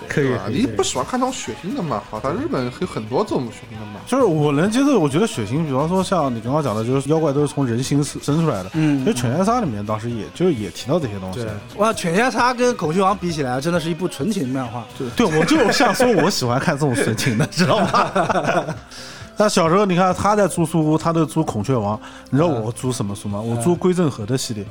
可以
对吧？你不喜欢看这种血腥的漫画，但日本有很多这种血腥的漫画。
就是我能接受，我觉得血腥，比方说像你刚刚讲的，就是妖怪都是从人心生出来的。
嗯
其实《犬夜叉》里面当时也就也提到这些东西
对。，哇，《犬夜叉》跟《孔雀王》比起来，真的是一部纯情漫画。
对，对我就想说，我喜欢看这种神情的，知道吗？那小时候你看他在租书屋，他都租《孔雀王》，你知道我租什么书吗？我租归正和的系列。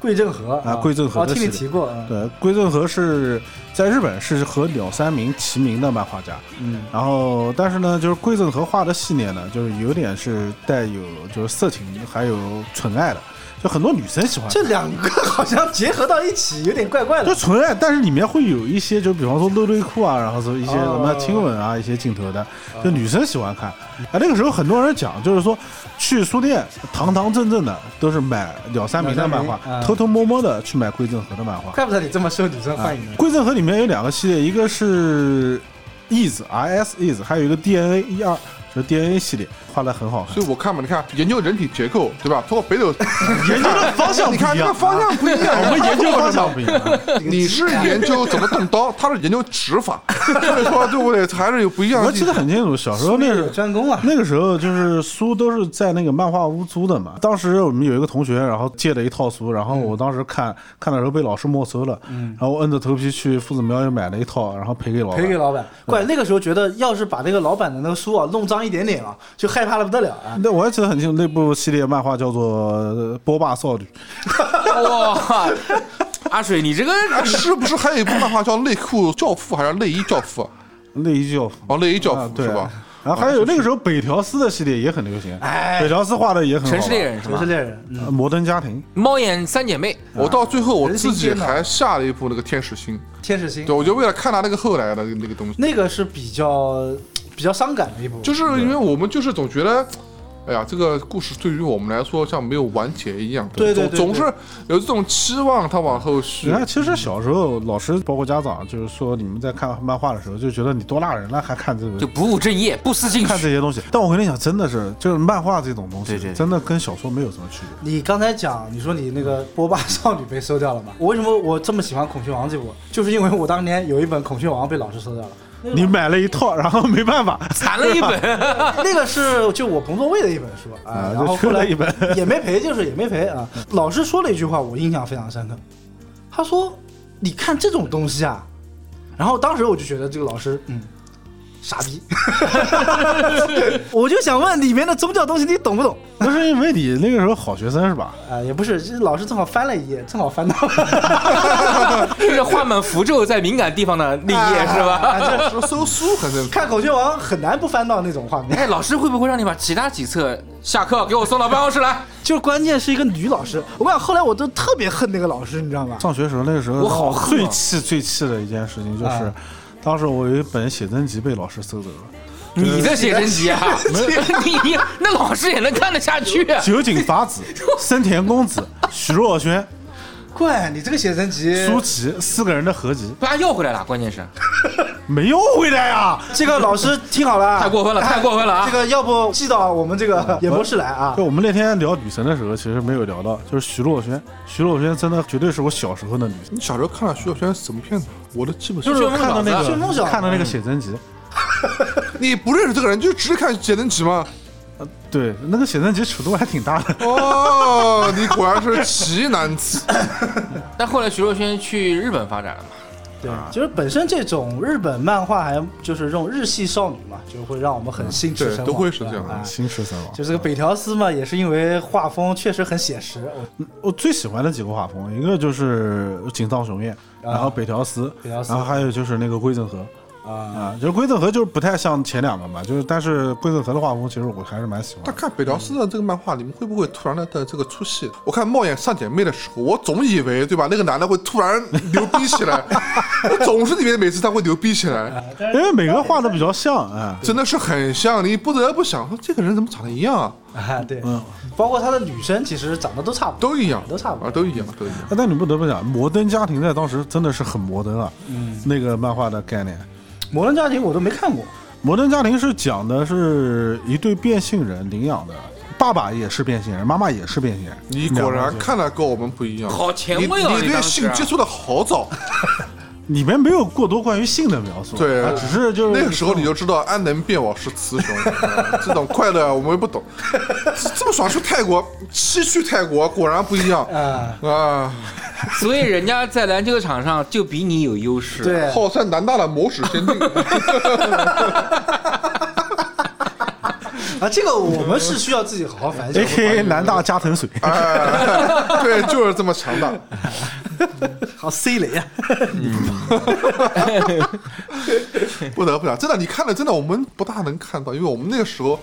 桂正和
啊桂正和
哦，
的
听你
系列
提过，嗯
对，归正和是在日本是和鸟山明齐名的漫画家，
嗯，
然后但是呢，就是归正和画的系列呢，就是有点是带有就是色情还有纯爱的，就很多女生喜欢。
这两个好像结合到一起，有点怪怪
就
的。
纯爱，但是里面会有一些，就比方说露内裤啊，然后是一些什么
哦
亲吻啊，一些镜头的，就女生喜欢看。啊，那个时候很多人讲，就是说去书店堂堂正正的都是买鸟山明的漫
鸟山明
画，
嗯
偷偷摸摸的去买归正和的漫画。
怪不得你这么受女生欢迎呢。
归正和里面有两个系列，一个是 is r s is，还有一个 DNA 一二，就是 DNA 系列，画的很好看
所。以我看嘛，你看研究人体结构，对吧？通过北斗，
研究的方向不
你
一样啊
看这个方向不一样，啊
我们研究方向不一样，
你是研究怎么动刀，他是研究指法，所以说对不对？还是有不一样
我
的
记
地
得
方。
很清楚，小时候那
有
是
专攻啊，
那个时候就是书都是在那个漫画屋租的嘛。当时我们有一个同学，然后借了一套书，然后我当时看看的时候被老师没收了，然后我摁着头皮去夫子庙又买了一套，然后赔给老板。
赔给老板。怪那个时候觉得，要是把那个老板的那个书啊弄脏一点点啊，就害怕的不得了啊。
那我还记得很清楚，那部系列漫画叫做呃《波霸少女》，
哇，阿水，你这个
哎，是不是还有一部漫画叫《内裤教父》还是《内衣教父》啊？
内衣教父。
哦，《内衣教
啊
父》
对
是吧？？
然后还有那个时候北条司的系列也很流行，
哎
北条司画的也很好
城
玩
市猎、人是
城
吗
市？猎人，嗯，
呃摩登家庭，
猫眼三姐妹，
我到最后我自己
人心艰
还下了一部那个《天使心》，
天使星
对，，我就为了看他那个后来的那个东西，
那个是比较比较伤感的一部，
就是因为我们就是总觉得。哎呀，这个故事对于我们来说像没有完结一样，
对对对
总
对
总是有这种期望，他往后续
你。看，其实小时候老师包括家长，就是说你们在看漫画的时候，就觉得你多大人了还看这
就
个，
不务正业，不思进
看
取。
这些东西。但我跟你讲，真的是就是漫画这种东
对
西
对，对
真的跟小说没有什么区别。
你刚才讲，你说你那个波霸少女被收掉了嘛？ 我为什么我这么喜欢《孔雀王》这部？ 就是因为我当年有一本《孔雀王》被老师收掉了。
你买了一套，然后没办法，
攒了一本，
那个是就我朋座位的一本书啊
啊，
然后
就缺
后
了
来
一本
也没赔，就是也没赔啊。老师说了一句话，我印象非常深刻，他说：“你看这种东西啊。”然后当时我就觉得这个老师，嗯，傻逼。 我就想问里面的宗教东西你懂不懂？
不是因为你那个时候好学生是吧？
啊，也不是，就是老师正好翻了一页，正好翻到了。
就是画满符咒在敏感地方的那一页是吧？
啊，这搜书可能
看《孔雀王》很难不翻到那种画面。
哎，老师会不会让你把其他几册下课给我送到办公室来？
就是关键是一个女老师，我跟你讲，后来我都特别恨那个老师，你知道吗？
上学时候那个时候，
我好恨啊
最气最气的一件事情就是
啊，
当时我有一本写真集被老师收走了。
你的写真集啊， 你那老师也能看得下去？
酒井法 子、森田公子、徐若瑄、
怪你这个写真集，
舒淇四个人的合集
把他要回来了，关键是
没要回来啊呀。
这个老师听好了啊，
太过分了，太过分了
这
啊！
个要不寄到我们这 个演播室来啊
就？我们那天聊女神的时候，其实没有聊到，就是徐若瑄。徐若瑄真的绝对是我小时候的女神，
你小时候看了徐小轩什么片子？我都记不清
就。是看到那
旋风
个
小子嗯
看到那个写真集，
你不认识这个人，就只看写真集吗？
呃对，那个写真集尺度还挺大 的。
哦，你果然是奇男子。
但后来徐若瑄去日本发展了嘛，
对，其实本身这种日本漫画还就是这种日系少女嘛，就会让我们很心驰
对
神往，
都会是
吧
这样的
哎
新十三王
就，是这个北条司嘛，也是因为画风确实很写实，
我最喜欢的几个画风，一个就是井上雄彦，然后北条司，
啊北条司
然后还有就是那个龟正和。
啊，
啊，就是龟正和就是不太像前两个嘛，就是但是龟正和的画风其实我还是蛮喜欢
但
的。
看北条司的这个漫画，你们会不会突然的这个出戏？我看《冒险三姐妹》的时候，我总以为对吧，那个男的会突然牛逼起来，我总是以为每次他会牛逼 起来，
因为每个画的比较像啊，
真的是很像，你不得不想说这个人怎么长得一样啊？
啊对，包括他的女生其实长得都差不多，
都一样，
都差不多
啊，都一样，都一样。
但你不得不讲，摩登家庭在当时真的是很摩登啊，嗯，那个漫画的概念。
《摩登家庭》我都没看过，
摩登家庭是讲的是一对变性人领养的，爸爸也是变性人，妈妈也是变性人。
你果
两个
然
人
看的跟我们不一样，
好前卫啊
你
你
你对
当时
性接触的好 早，
里面没有过多关于性的描述，
对
啊只是就是
那个时候你就知道安能辨我是雌雄，啊这种快乐我们不懂。这这么爽去泰国，西去泰国果然不一 样
啊，
啊！
所以人家在篮球场上就比你有优势。，
对，
号称南大的谋史先 进，
啊，这个我们是需要自己好好反省
A。K A 南大加藤水，
啊哎，对，就是这么强大。
好 C 雷啊呀，
不得不讲，真的，你看了真的，我们不大能看到，因为我们那个时候。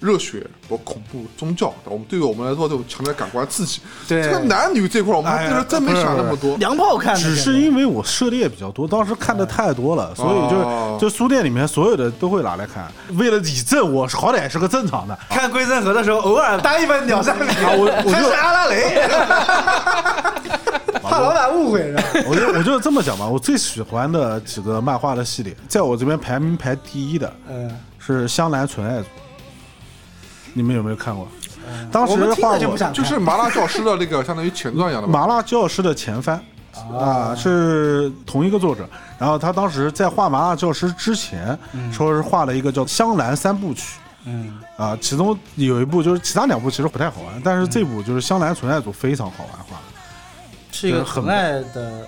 热血和恐怖、宗教，我们对于我们来说，这种强烈感官刺激。
对
这个男女这块，我们
哎呀
那时候真没想那么多。
娘炮看的，
只是因为我涉猎比较多，当时看的太多了，所以
哦
就就书店里面所有的都会拿来看。为了以正，我好歹是个正常的。
看龟正和的时候，偶尔搭一本鸟山明，
我我就
还是阿拉 蕾，怕老板误会 是吧？
我就我就这么讲吧，我最喜欢的几个漫画的系列，在我这边排名排第一的
嗯，
是《香兰纯爱组》，你们有没有看过？当时
嗯我们听
画
了就
过
不想看，
就是麻辣教师的那个，相当于前传一样的吧。
麻辣教师的前番啊，是同一个作者。然后他当时在画《麻辣教师》之前，说是画了一个叫《香兰三部曲》。
嗯，
啊，其中有一部就是其他两部其实不太好玩，但是这部就是《香兰纯爱组》非常好玩画 的，
是一个很爱的，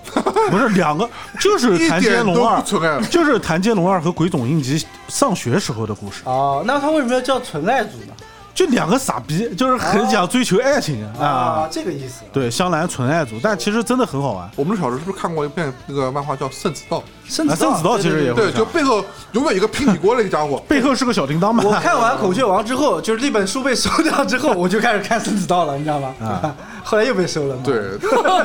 不是两个，就是
一
谭
点
天
都
龙二
不，纯爱，
就是谭天龙二和鬼冢英吉上学时候的故事，
哦，那他为什么要叫纯爱组呢？
就两个傻逼，就是很想追求爱情啊
啊，。这个意思。
对，香兰纯爱组，但其实真的很好玩。
我们小时候是不是看过一遍那个漫画叫《圣子道
圣
啊圣子道其实也》？
对对对
会。
对，就背后永远有一个平底锅那个家伙
背后是个小铃铛嘛。
我看完《孔雀王》之后，就是那本书被收掉之后，我就开始看圣子道了，你知道吗？
啊
后来又被收了嘛，
对，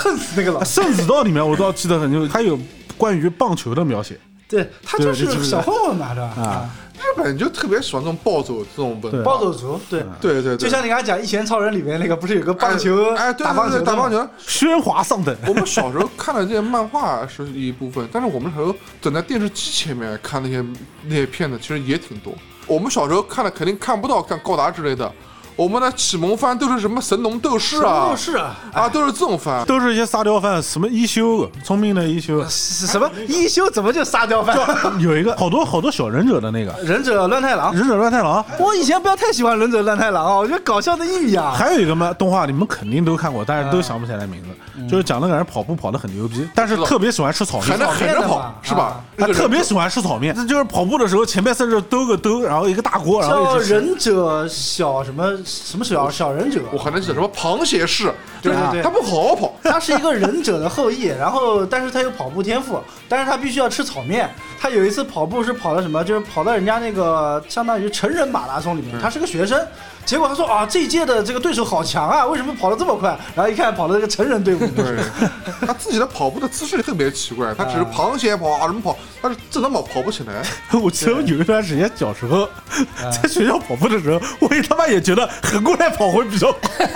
恨死那个老师。
圣子道里面我倒记得很清楚，它有关于棒球的描写。
对他就
对就是是
小混混嘛，是吧？啊，
日本就特别喜欢这种暴走这种文
对
化。
暴走族，对嗯
对对对，
就像你刚才讲《一拳超人》里面那个，不是有个棒球
哎，哎对
打棒
对
球
对，打棒
的吗，
球。
喧哗上等，
我们小时候看的这些漫画是一部分，但是我们小时候等在电视机前面看那些那些片子，其实也挺多。我们小时候看的肯定看不到像高达之类的，我们的启蒙番都是什么神龙斗士啊，
是啊，
啊，都是这种番。
都是一些沙雕饭，什么一休，聪明的一休，
是什么一休怎么就杀掉 饭？
有一个好多好多小忍者的那个
忍者乱太郎，
忍者乱太郎。
我以前不要太喜欢忍者乱太郎啊，我觉得搞笑的一米啊。
还有一个漫动画，你们肯定都看过，但是都想不起来名
嗯
字，就是讲那个人跑步跑得很牛逼，但是特别喜欢吃草
还
面，
能横着
的
跑
嘛
是吧
啊？
他特别喜欢吃草面，那就是跑步的时候前面甚至兜个兜，然后一个大锅，然
叫
后一直吃。
忍者小什么什么小小忍者，啊
我还能记得什么螃蟹式，
对对对
他不好好跑，
他是一个忍者的后裔，然后但是他有跑步天赋，但是他必须要吃草面。他有一次跑步是跑到什么，就是跑到人家那个相当于成人马拉松里
嗯
面，他是个学生。结果他说啊，这一届的这个对手好强啊，为什么跑得这么快？然后一看跑到这个成人队伍里面，
对， 他自己的跑步的姿势特别奇怪，他只是螃蟹跑啊什么跑，但是正常跑跑不起来。
我记得有一段时间小时候 在学校跑步的时候，我也他妈也觉得横过来跑会比较快。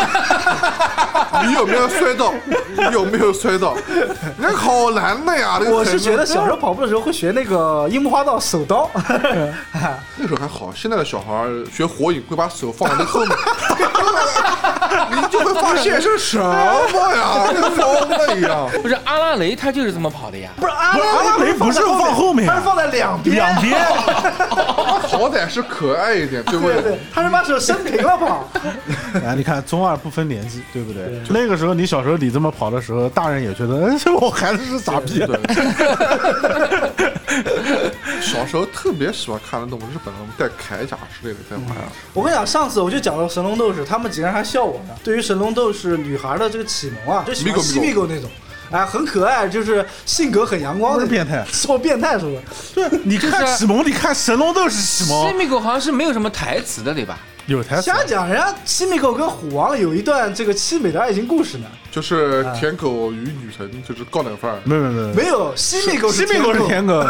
你有没有摔到？你有没有 摔到？那好难的呀！那个
我是觉得小时
候
候跑步的时候会学那个樱木花道手刀，
那时候还好，现在的小孩儿学火影会把手放在的后 面，你就会发现是什么 呀，跟疯了一样。
不是阿拉蕾他就是这么跑的呀。
不是阿
不是阿拉
蕾
蕾不是
放在
放后面啊
他是放在两边。
两边，
好歹是可爱一点，对不
对对，他是把手伸平了跑。
啊，你看中二不分年纪，对不对？那个时候你小时候你这么跑的时候，大人也觉得，哎，这我孩子是傻逼。
小时候特别喜欢看那种日本那种带铠甲之类的在玩啊，
我跟你讲，上次我就讲到神龙斗士，他们几个人还笑我呢。对于神龙斗士女孩的这个启蒙啊，就喜欢
Migo
西米狗那种，哎，很可爱，就是性格很阳光
不
的
是变态
说变态是不是？
对， 你看
就是
启蒙，你看神龙斗士启
西
蒙，
米狗好像是没有什么台词的，对吧？
有台词。
瞎讲，人家西米狗跟虎王有一段这个凄美的爱情故事呢。
就是舔狗与女神，就是高冷范儿。
嗯
没有没有没有，
没有，西米狗
西
是
米狗是哦舔狗，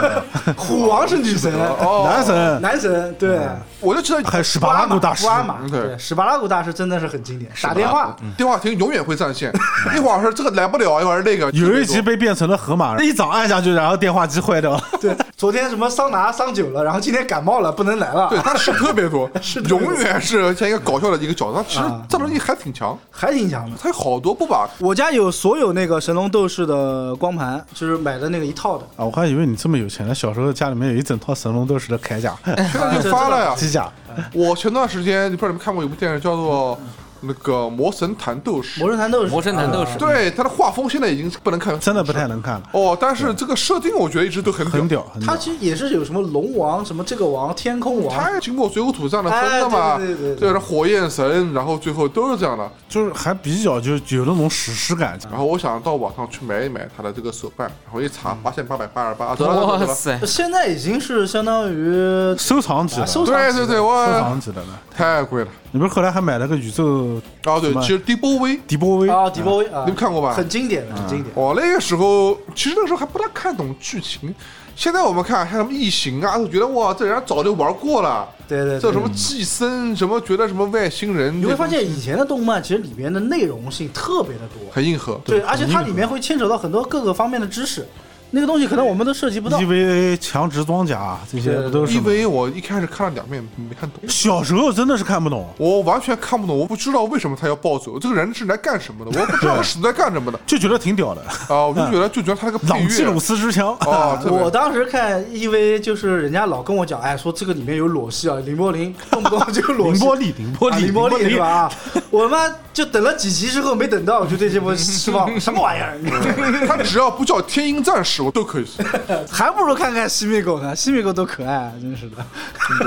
虎王是女神，
男神
男神对。
我就知道
还有十八嗯拉古大师
布，拉玛，
对
对，史巴拉古大师真的是很经典，打电话，
电话亭永远会 占线，一会儿说这个来不了，一会儿那个。
有一集被变成了河马，一掌按下去，然后电话机坏掉了。
对，昨天什么桑拿桑久了，然后今天感冒了，不能来了
对，他是特别多，
是的
永远是像一个搞笑的一个角色。他其实
啊
战斗力还挺强，
还挺强的。
他有好多部吧。
我家有所有那个《神龙斗士》的光盘，就是买的那个一套的。
啊，我还以为你这么有钱呢，小时候家里面有一整套神龙斗士的铠 甲、
现在就发了呀！
机甲，
我前段时间，你不知道你们看过一部电影叫做那个《魔神坛斗士
魔》，神坛斗士，啊
魔神坛斗士
对，他的画风现在已经不能看，
真的不太能看了，
哦。但是这个设定我觉得一直都很
很屌，很
它
屌。
其实也是有什么龙王、什么这个王、天空王，
哎
他经过水火土这样的分的嘛，
哎对对对对
就是火焰神，然后最后都是这样的。
就是还比较就有那种史诗感。
然后我想到网上去买一买他的这个手办，然后一查八千八百八十八，得了得了
哇
得了
塞，
现在已经是相当于
收藏级的，
啊收藏
对对对，
收
哇，
藏级的呢。
太贵了。
你不是后来还买了个宇宙
啊，对
什，么
其实迪波威，
迪波威
啊，迪波威啊，
你们看过吧
很经
嗯
典的，很经典。
我哦那个时候其实那个时候还不大看懂剧情，现在我们看像什么异形啊，都觉得哇，这人家早就玩过了。
对对
这
对
什。么寄生，什么觉得什么外星人，
你会发现以前的动漫其实里面的内容性特别的多，
很硬核。
对，而且它里面会牵扯到很多各个方面的知识，那个东西可能我们都涉及不到。
EVA 强直装甲啊这些不都是吗？
EVA 我一开始看了两遍没看懂，
小时候真的是看不懂，
我完全看不懂，我不知道为什么他要暴走，这个人是来干什么 的，我不知道他是在干什么的
就觉得挺屌的。
啊！我就觉得就觉得他那 个配
朗基
乐
鲁斯之枪，
哦
啊，特
我
别
当时看 EV，就是人家老跟我讲，哎，说这个里面有裸戏啊，凌波凌动不动就裸
凌
戏，
波丽，凌波
啊
丽，
凌波丽是吧？啊我他妈就等了几集之后没等到，我就对这波失望，什么玩 意儿？
他只要不叫天鹰战士，我都可以。
还不如看看西米狗呢，西米狗多可爱啊，真是的。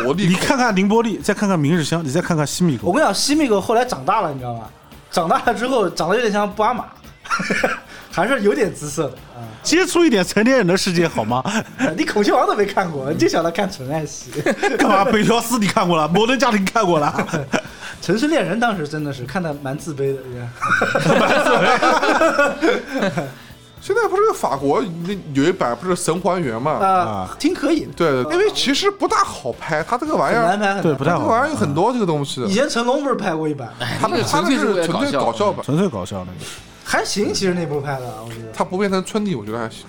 魔力
你看看凌波丽，再看看明日香，你再看看西米
我
狗，
跟你讲，西米狗后来长大了，你知道吗？长大了之后长得有点像布阿玛， 还是有点姿色的。
接触一点成年人的世界好吗？
啊你孔雀王都没看过，你就晓得看纯爱系。
干嘛？北条司你看过了，摩登家庭看过了，
《城市猎人》当时真的是看的蛮自卑的，人家
现在不是法国那有一版不是神还原嘛？
啊，挺可以的，
对，对因为其实不大好拍，他这个玩意
很难拍，
儿，
很难
对，
拍
不
这
太
个
好
玩意儿，有很多这个东西的
以，前成龙不是拍过一版，
他
那个
他
纯
那
粹是为
是
了
纯
搞
粹
笑
搞笑版。
纯粹搞笑那个。
还行，其实那部拍的，我觉得。
他不变成春丽，我觉得还行。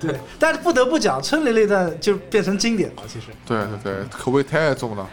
对，但是不得不讲，春雷那段就变成经典了，其实。
对对对，口味太重了。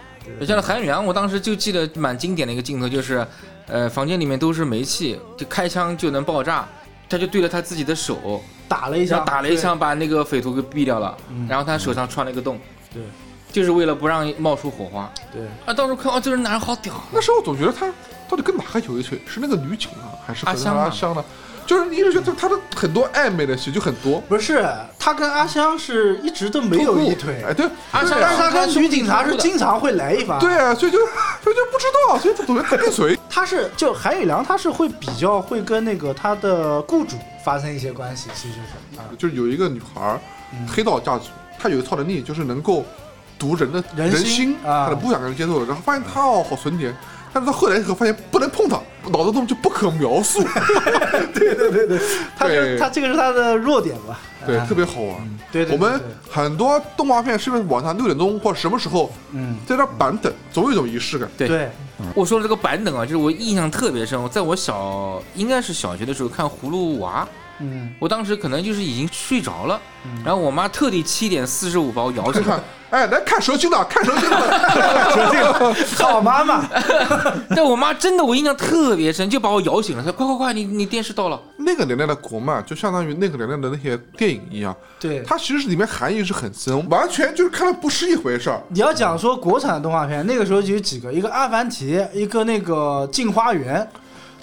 像韩元，我当时就记得蛮经典的一个镜头，就是，呃，房间里面都是煤气，就开枪就能爆炸，他就对着他自己的手，
打了一
然
枪，
后打了一枪把那个匪徒给毙掉了，
嗯
然后他手上穿了一个洞，
对，
就是为了不让冒出火花。
对。对，
啊，到时候看，哦，这人男人好屌，
那时候总觉得他到底跟哪个有一腿？是那个女警啊，还是和
阿香啊
阿香呢？就是你一直觉得他的很多暧昧的戏就很多，
不是他跟阿香是一直都没有一腿，
哎，对，
阿香
对
但是
啊
他跟女警察是经常会来一发。
对啊，所以就所以就不知道，所以总觉得他跟谁
他是就韩宇良，他是会比较会跟那个他的雇主发生一些关系，其实是啊，
就是有一个女孩儿，
嗯
黑道家族，她有一套能力，就是能够读人的
人心
心，
啊
她的不想跟人接触了，然后发现她哦好纯洁，但是她后来以后发现不能碰她，脑子中就不可描 述，
对对对对，他
对
就他这个是他的弱点吧？
对，
啊
特别好玩。
对对，
我们
对对
很多动画片是不是晚上六点钟或者什么时候
嗯，
在那板等，总有一种仪式 感。
对
对，
我说的这个板凳啊，就是我印象特别深。我在我小应该是小学的时候看《葫芦娃》，
嗯，
我当时可能就是已经睡着了
嗯，
然后我妈特地七点四十五把我摇
你
醒
看
了。，
哎，来看蛇精了，看蛇精了，
好妈妈，
但我妈真的我印象特别深，就把我摇醒了，她说快快快，你你电视到了。
那个年代的国漫就相当于那个年代的那些电影一样，
对，
它其实是里面含义是很深，完全就是看了不是一回事儿。
你要讲说国产的动画片，那个时候就有几个，一个《阿凡提》，一个那个《镜花缘》，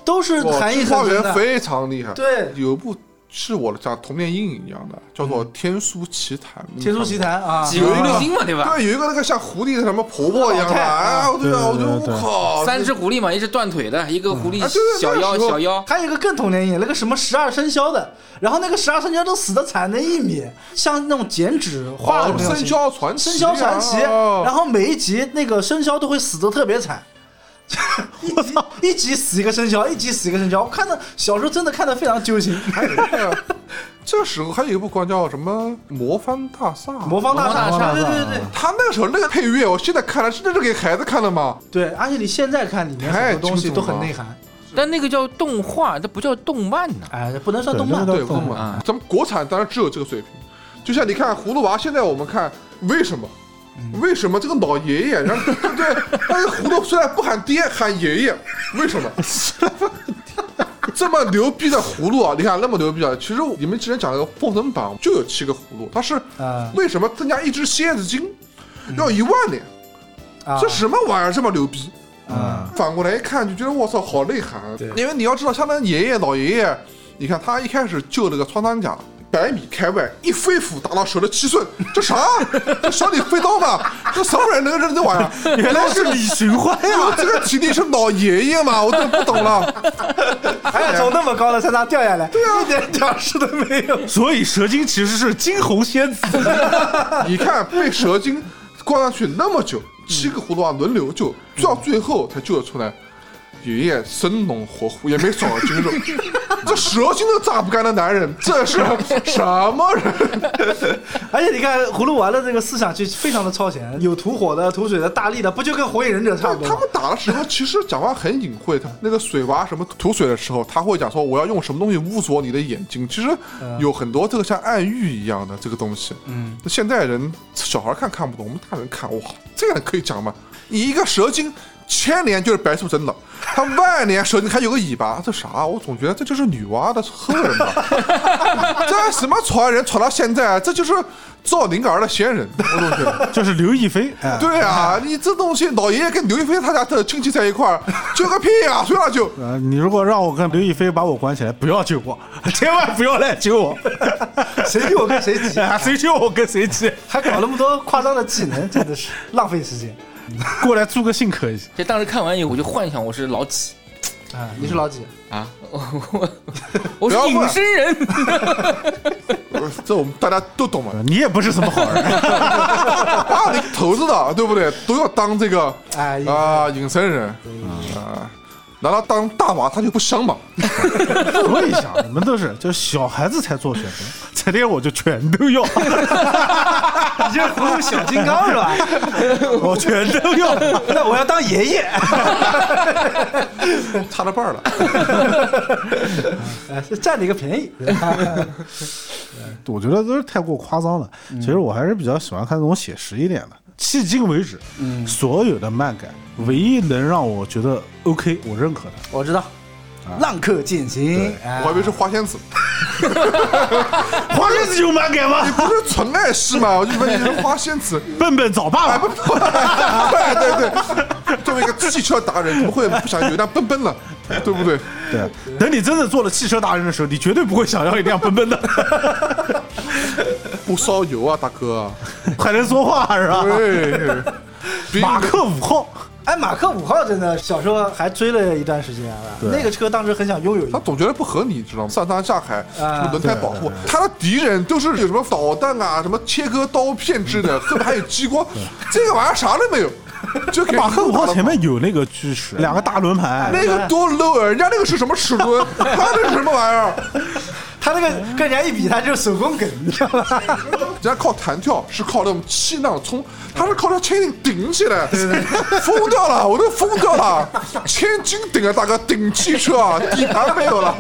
都是
哇
含义
金
很
花
深
园
的。
非常厉害，
对
有一部是我的像童年阴影一样的，叫做《天书奇谭》。
《天书奇谭》啊，
几个
有一个
六星嘛，对吧？
对，有一个那个像狐狸的什么婆婆一样
老
的，
太嗯
哎，对啊，我
对
就
对对
我靠，
三只狐狸嘛，一只断腿的，一个狐狸
啊对对
小
那
腰
时候
小腰，
还有一个更童年阴影，那个什么十二生肖的，然后那个十二生肖都死的惨的一米，像那种剪纸画的
哦
那种
生
形
肖传奇啊，
生肖传奇，然
哦
后每一集那个生肖都会死的特别惨。我操！一集死一个生肖，一集死一个生肖，我看的小时候真的看的非常揪心。
还有一个，啊这时候还有一部光叫什么《魔方大厦》。
魔方大厦，
魔方大厦
对对对
他那个时候那个配乐，我现在看来是那是给孩子看的吗？
对，而且你现在看里面很多东西都很内涵，
但那个叫动画，这不叫动漫呢。
哎，不能算
对
动漫
那，个
对，
叫动
不
漫。
啊嘛，咱们国产当然只有这个水平。就像你看葫芦娃，现在我们看为什么？为什么这个老爷爷让 对？但是葫芦虽然不喊爹，喊爷爷，为什么？这么牛逼的葫芦啊！你看那么牛逼啊！其实你们之前讲那个《封神榜》就有七个葫芦，它是
啊
为什么增加一只蝎子精要一万两？
啊，
这什么玩意儿这么牛逼？
啊，
反过来一看就觉得我操，好内涵
对。
因为你要知道，像那爷爷老爷爷，你看他一开始救那个穿山甲，百米开外一飞斧打到蛇的七寸，这啥？ 这小李飞刀吧？这什么人能扔这玩意儿？原来是
李寻欢
哟，这个体力是老爷爷嘛？我真的不懂了。
还要哎从那么高的山上掉下来，一点点事都没有。
所以蛇精其实是惊鸿仙子，
你看被蛇精挂上去那么久，七个葫芦娃轮流救，救到最后才救得出来。爷爷生龙活虎，也没少了精肉。这蛇精都榨不干的男人，这是什么人？
而且你看葫芦娃的这个思想就非常的超前，有吐火的、吐水的、大力的，不就跟火影忍者差不多
他
吗
们？打的时候 其实讲话很隐晦，他那个水娃什么吐水的时候，他会讲说我要用什么东西污浊你的眼睛。其实有很多这个像暗喻一样的这个东西。嗯，现在人小孩看看不懂，我们大人看哇，这个可以讲吗？你一个蛇精。千年就是白素贞 了，他万年蛇精还有个尾巴，这啥？我总觉得这就是女娲的后人吧。 这什么传人传到现在，啊这就是造灵儿的先 人，我总觉得。
就是刘亦菲。哎，
对啊，你这东西，老爷爷跟刘亦菲他家的亲戚在一块儿，救个屁啊！谁让救？
呃，你如果让我跟刘亦菲把我关起来，不要救我， 千万不要来救 我，
谁比我跟谁急？
啊谁救我跟谁去，
还搞那么多夸张的技能，真的是浪费时间
过来租个信可以。
这当时看完以后，我就幻想我是老几
啊！你是老 几？
啊，我我我
不要
是
问
隐身人。
呃这我们大家都懂嘛。
你也不是什么好 人，
啊，你头子的，对不对？都要当这个
哎隐身
啊隐身人啊。难道当大娃他就不香吗？
所以想你们都是，就小孩子才做选择，这点我就全都 要，
你这葫芦哦小金刚是吧？
我全都要。
那我要当爷爷。
差了半儿了。
哎，是占了一个便宜。
我觉得都是太过夸张了。其实我还是比较喜欢看那种写实一点的。迄今为止，所有的漫改，唯一能让我觉得 OK，我认可的，
我知道，浪客剑心。哎
我还以为是花仙子，
花仙子有漫改吗？
不是纯爱诗吗？我就以为你是花仙子。
笨笨早爸爸，
对对对，作为一个汽车达人，怎么会不想有一辆奔奔呢？对不对？
对，等你真的做了汽车达人的时候，你绝对不会想要一辆奔奔的，
不烧油啊，大哥。
还能说话是吧？
对，比
马克五号，
哎，马克五号真的小时候还追了一段时间啊，
对
那个车当时很想拥有一
他
个。
总觉得不合理，知道吗？上山下海，什么轮胎保护
啊对对，
他的敌人都是有什么导弹啊、什么切割刀片之 类的，后面还有激光，这个玩意儿啥都没有，就给
马克五号前面有那个锯齿，两个大轮盘，
哎那个多 low 啊！人家那个是什么齿轮，他那是什么玩意儿？
他那个跟人家一比，他就是手工梗，你知道吗？
人家靠弹跳是靠那种气浪冲，他是靠那千斤顶起来，疯掉了，我都疯掉了，千斤顶啊，大哥，顶汽车啊，底盘没有了。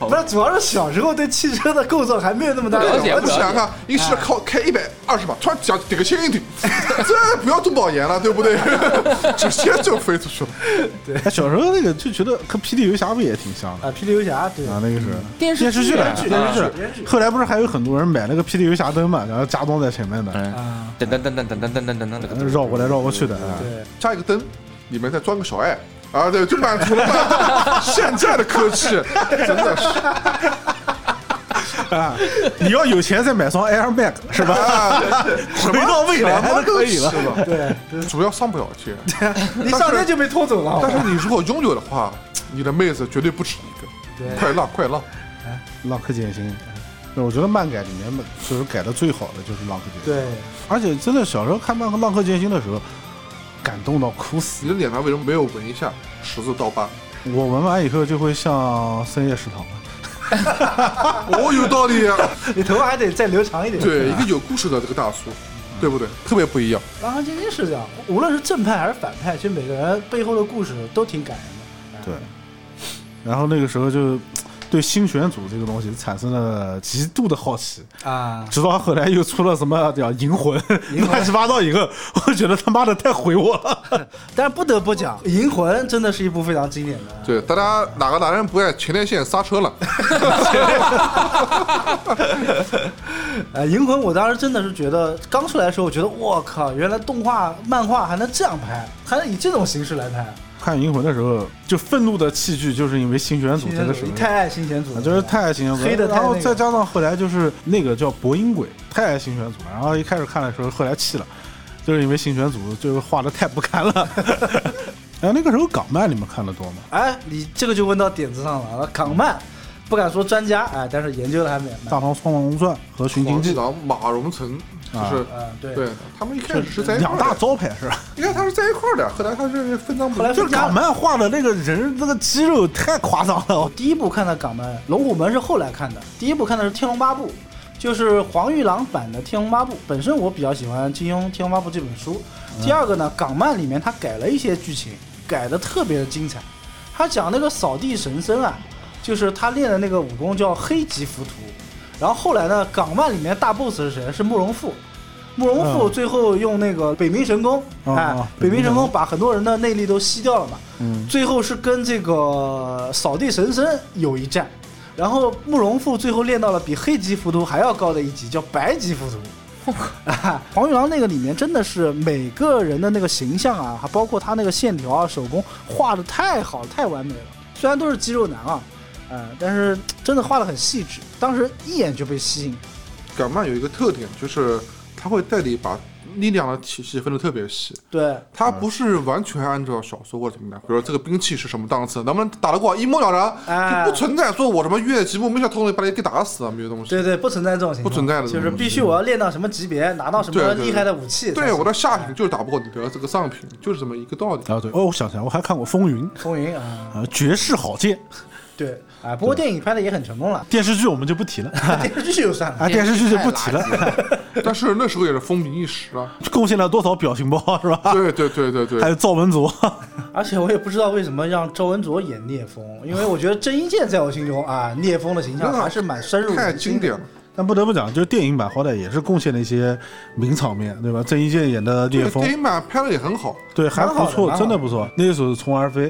不是，主要是小时候对汽车的构造还没有那么大的
了解
我
不了解
想看一个是
哎
靠开一百二十码，突然脚顶个蜻蜓， 这不要动保研了，对不对？ 直接就飞出去了。
哎小时候那个就觉得和霹雳游侠不也挺像的
啊，霹雳游侠对
啊？那个是
电视啊
电视剧来的，
剧
电视
电视
剧。
剧
后来不是还有很多人买那个霹雳游侠灯嘛，然后加装在前面的，
啊，
噔噔噔噔噔噔噔噔噔噔噔，
绕过来绕过去的。哎
对，
加一个灯，里面再装个小爱。啊，对，就满足了 现在的科技，真的是
啊，你要有钱再买双 Air Max 是吧？
啊，
回到未来还是可以了
什。么都是
对，
了，主要上不了街。
你上天就被拖走了，好
但
吧
是你如果拥有的话，你的妹子绝对不止一个。
对
快浪，快浪，
浪客剑心，那我觉得漫改里面就是改的最好的就是浪客剑心。，
对，
而且真的小时候看漫《浪客剑心》的时候，感动到哭死
你。的脸上为什么没有纹一下十字刀疤？
我闻完以后就会像深夜食堂了。
哦，有道理啊！
你头发还得再留长一点。啊
对，一个有故事的这个大叔，对不对？特别不一样。
狼和精灵是这样，无论是正派还是反派，其实每个人背后的故事都挺感人的。
对，然后那个时候就对新选组这个东西产生了极度的好奇，
啊，
直到后来又出了什么叫《银魂》乱七八糟以后， 我觉得他妈的太毁我了。
但是不得不讲，《银魂》真的是一部非常经典的。
对，大家哪个男人不爱前列腺刹车了？
呃，《银魂》我当时真的是觉得刚出来的时候，我觉得我靠，原来动画、漫画还能这样拍，还能以这种形式来拍。
看《银魂》的时候，就愤怒的弃剧，就是因为新选组
新
这
选
个
组，
时
你
候。啊
太爱新选组了，
就是太爱新选组了，
黑的太
然后
那个
再加上后来就是那个叫博音鬼，太爱新选组了。然后一开始看的时候，后来弃了，就是因为新选组就是画的太不堪 了。然后那个时候港漫你们看的多吗？
哎，你这个就问到点子上了。啊港漫不敢说专家哎，但是研究的还蛮
《
蛮。
大唐双龙传》和《寻秦
黄
记
继》郎、马荣成，就是
嗯，对。
对他们一开始是在一块
两大
儿的，
招牌是吧？
一开始他是在一块儿的，后来他是分赃不
后来
均
就
分。家
港漫画的那个人那个肌肉太夸张了，
我第一部看的港漫《龙虎门》是后来看的，第一部看的是《天龙八部》，就是黄玉郎版的《天龙八部》。本身我比较喜欢金庸《天龙八部》这本书。第二个呢，港漫里面他改了一些剧情，改的特别的精彩。他讲那个扫地神僧啊，就是他练的那个武功叫黑吉浮屠。然后后来呢，港漫里面大 boss 是谁？是慕容复。慕容复
嗯
最后用那个北冥神功，
哦
哎
哦，
北冥
北冥神
神
功
功把很多人的内力都吸掉了嘛。
嗯，
最后是跟这个扫地神僧有一战，然后慕容复最后练到了比黑级浮屠还要高的一级，叫白级浮屠。啊， 黄玉郎那个里面真的是每个人的那个形象啊，还包括他那个线条啊、手工画的太好了、太完美了。虽然都是肌肉男啊，呃，但是真的画的很细致，当时一眼就被吸引。
港漫有一个特点，就是他会带你把力量的体系分得特别细，
对，
它不是完全按照小说或者什么的，比如说这个兵器是什么档次，能不能打得过，一目了然，
哎
就不存在说我什么越级目没想偷东西把你给打死啊，没有东西。
对对，不存在这种情况，
不存在的这
就
种
是必须我要练到什么级别，拿到什
对
么
对对
厉害的武器才行。
对，我的下品就是打不过你的这个上品，就是这么一个道理。
啊对，哦，我想起来，我还看过《风云》
风云啊。
啊，绝世好剑。，
对啊，不过电影拍的也很成功了
电视剧我们就不提了
电视剧就算了。
哎
啊，电视剧就不提了，
但是那时候也是风靡一时啊。
贡献了多少表情包是吧？
对对对对
还
对，
有赵文卓，
而且我也不知道为什么让周文卓演聂风，因为我觉得郑伊健在我心中啊，聂风的形象还是蛮深入
太
人心
经
的。
典了。
但不得不讲，就是电影版好歹也是贡献了一些名场面，对吧？郑伊健演的
这
聂
个
风
电，影版拍的也很好，
对，还
蛮好
不
的
错，
蛮好的嗯
真的不错。那一首《虫儿飞》，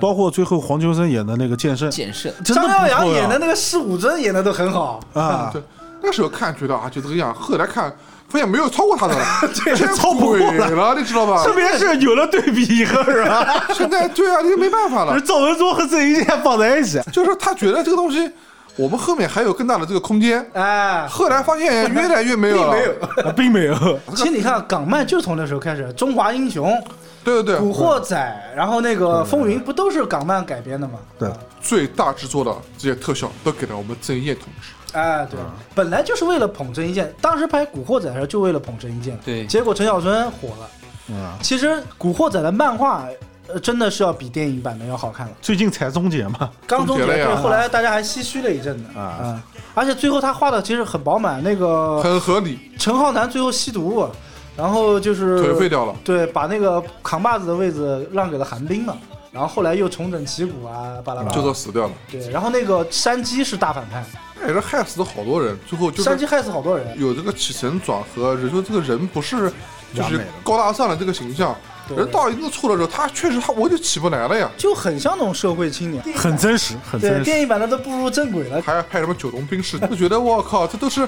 包括最后黄秋生演的那个剑圣，
剑圣，
真
张
的不
耀扬
啊
错呀
演的那个施武真演的都很好，
啊，
对，那时候看觉得啊就这个样，后来看发现没有超过他的了，太
超不过
鬼
了
了，你知道吧？
特别是有了对比以后，是吧？
现在对啊，你没办法了
就是。赵文卓和郑伊健放在 一起，
就是他觉得这个东西，我们后面还有更大的这个空间。
哎。
后来发现越来越没有了，
没有，
啊并没有。
其实你看港漫就是从那时候开始，《中华英雄》《
对对
古
对，
惑仔》，然后那个《风云》，不都是港漫改编的吗？啊
对，
最大制作的这些特效都给了我们郑伊健同志。
哎，对，本来就是为了捧郑伊健，当时拍《古惑仔》的时候就为了捧郑伊健，
对
结果陈小春火了。
啊，
其实《古惑仔》的漫画，呃，真的是要比电影版的要好看了。
最近才终结嘛，
刚终结，
终结了呀
对，后来大家还唏嘘了一阵子
啊
嗯而且最后他画的其实很饱满，那个
很合理，
陈浩南最后吸毒，然后就是
腿废掉了。
对，把那个扛把子的位置让给了韩冰了。然后后来又重整旗鼓啊，巴拉巴
最后
拉。
死掉了，
对，然后那个山鸡是大反派，
也是害死了好多人，最后就
山鸡
是
害死好多人。
有这个起承转合，人说这个人不是就
完美的
是高大上的这个形象，
对
人到一定的处的时候，他确实他我就起不来了呀，
就很像那种社会青年，
很真实，很
对
真实。
电影版的都步入正轨了。
还要拍什么九龙冰室，就觉得我靠，这都是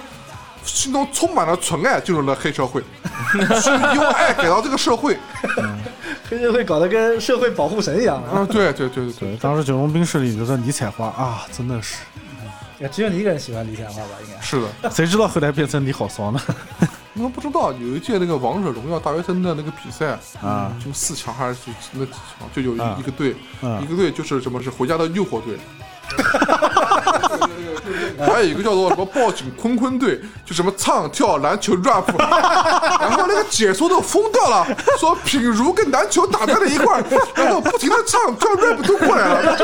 心中充满了纯爱进入了黑社会，是用爱给到这个社会。
黑社会搞得跟社会保护神一样，
啊，对对对对对，
对，当时九龙冰室里的李彩花啊，真的是，
也只有你一个人喜欢李彩花吧？应该
是的。
谁知道后来变成你好骚呢？
你们不知道有一届那个王者荣耀大学生的那个比赛，
啊，
就四强还是就那几强，就有一
啊
一个队，
嗯
一个队就是什么是回家的诱惑队。 还有一个叫做什么报警坤坤队，就什么唱跳篮球 rap，然后那个解说都疯掉了，说品如跟篮球打在了一 块儿，然后不停的唱跳 rap 都过来了，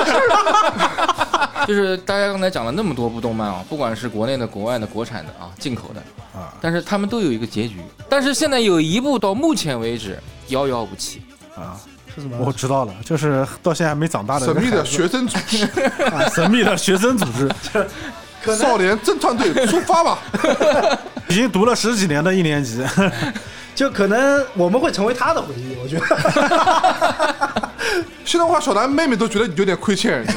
就是大家刚才讲了那么多部动漫啊，不管是国内的、国外的、国产的啊、进口的
啊，
但是他们都有一个结局。但是现在有一部到目前为止遥遥无期，
啊，
是什么？
我知道了，就是到现在还没长大的
神秘的
孩子
学生组织
啊神秘的学生组织，
少年侦探队出发吧，
已经读了十几年的一年级，
就可能我们会成为他的回忆，我觉得。
现在话小南妹妹都觉得你有点亏欠人家。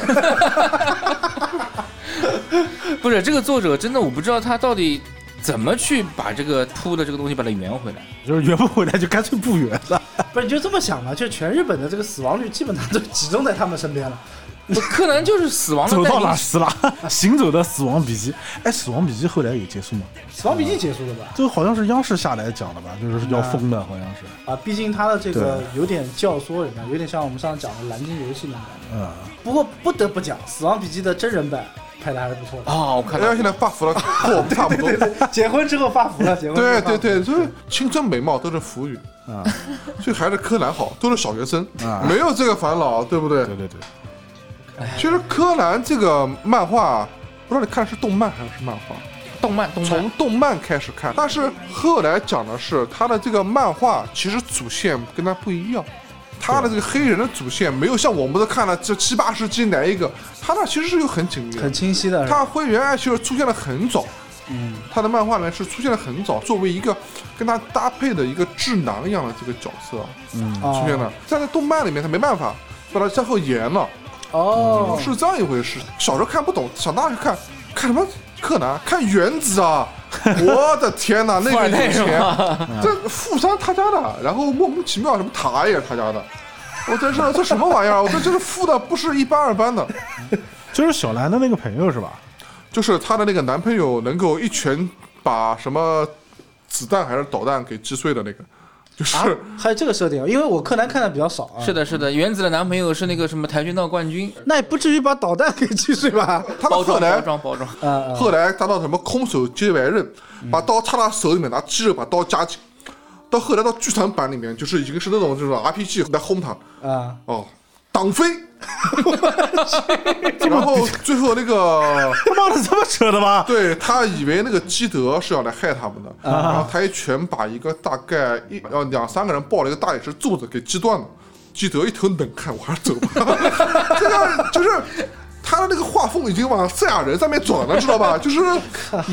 不是这个作者真的我不知道他到底怎么去把这个铺的这个东西把它圆回 来。
就是圆不回来就干脆不圆了。
不是，你就这么想吧，就全日本的这个死亡率基本上都集中在他们身边了。
不柯南就是死亡的
走
代
到
名
哪
词，
死哪， 行走的死亡笔记。哎，死亡笔记后来有结束吗？
死亡笔记结束了吧？
这个好像是央视下来讲的吧，就是要封的，好像是。
嗯
啊，毕竟他的这个有点教唆人家，啊有点像我们上次讲的《蓝鲸游戏》那种感觉。
嗯，
不过不得不讲，《死亡笔记》的真人版拍的还是不错的。
哦，我看
大
到
家哎现在 buff 了，和我们差不 多。
结婚之后发福了，结婚之后发
对
福
对对，所以青春美貌都是浮云
啊，
所以还是柯南好，都是小学生
啊，
没有这个烦恼，对不对？
对对对，
其实柯南这个漫画，不知道你看是动漫还是漫画，
动漫
嗯
动漫
从动漫开始看，但是后来讲的是他的这个漫画，其实主线跟他不一样。他的这个黑人的主线没有像我们都看了这七八十集来一个，他那其实是有很紧密的
很，清晰的。
他灰原哀其实出现的很早，嗯，他的漫画呢是出现的很早，作为一个跟他搭配的一个智囊一样的这个角色出现
哦
了，但在动漫里面他没办法把它向后延了，
哦，
是这样一回事。小时候看不懂，长大就看，看什么柯南，看原 子啊，我的天哪，那个有
啊
钱，这富商他家的，然后莫名其妙什么塔也是他家的。我真是这什么玩意儿？我这真是富的不是一般二般的，
就是小兰的那个朋友是吧？
就是她的那个男朋友能够一拳把什么子弹还是导弹给击碎的那个，就是、
啊，还有这个设定，因为我柯南看的比较少啊。
是的，是的，原子的男朋友是那个什么跆拳道冠军，
那也不至于把导弹给击碎吧？
他们
包
后
装包
来
装包装，
啊啊！
后来达到什么空手接白刃，把刀插到手里面，拿肌肉把刀夹紧。到后来到剧场版里面，就是已经是那种这种 RPG 来轰他
啊，
哦，挡飞， 然后最后那个
他妈的这么扯的吗？
对他以为那个基德是要来害他们的，
啊
然后他一拳把一个大概一呃两三个人抱了一个大理石柱子给击断了。基德一头冷汗，我还是走吧。 这个就是他的那个画风已经往赛亚人上面转了，知道吧？就是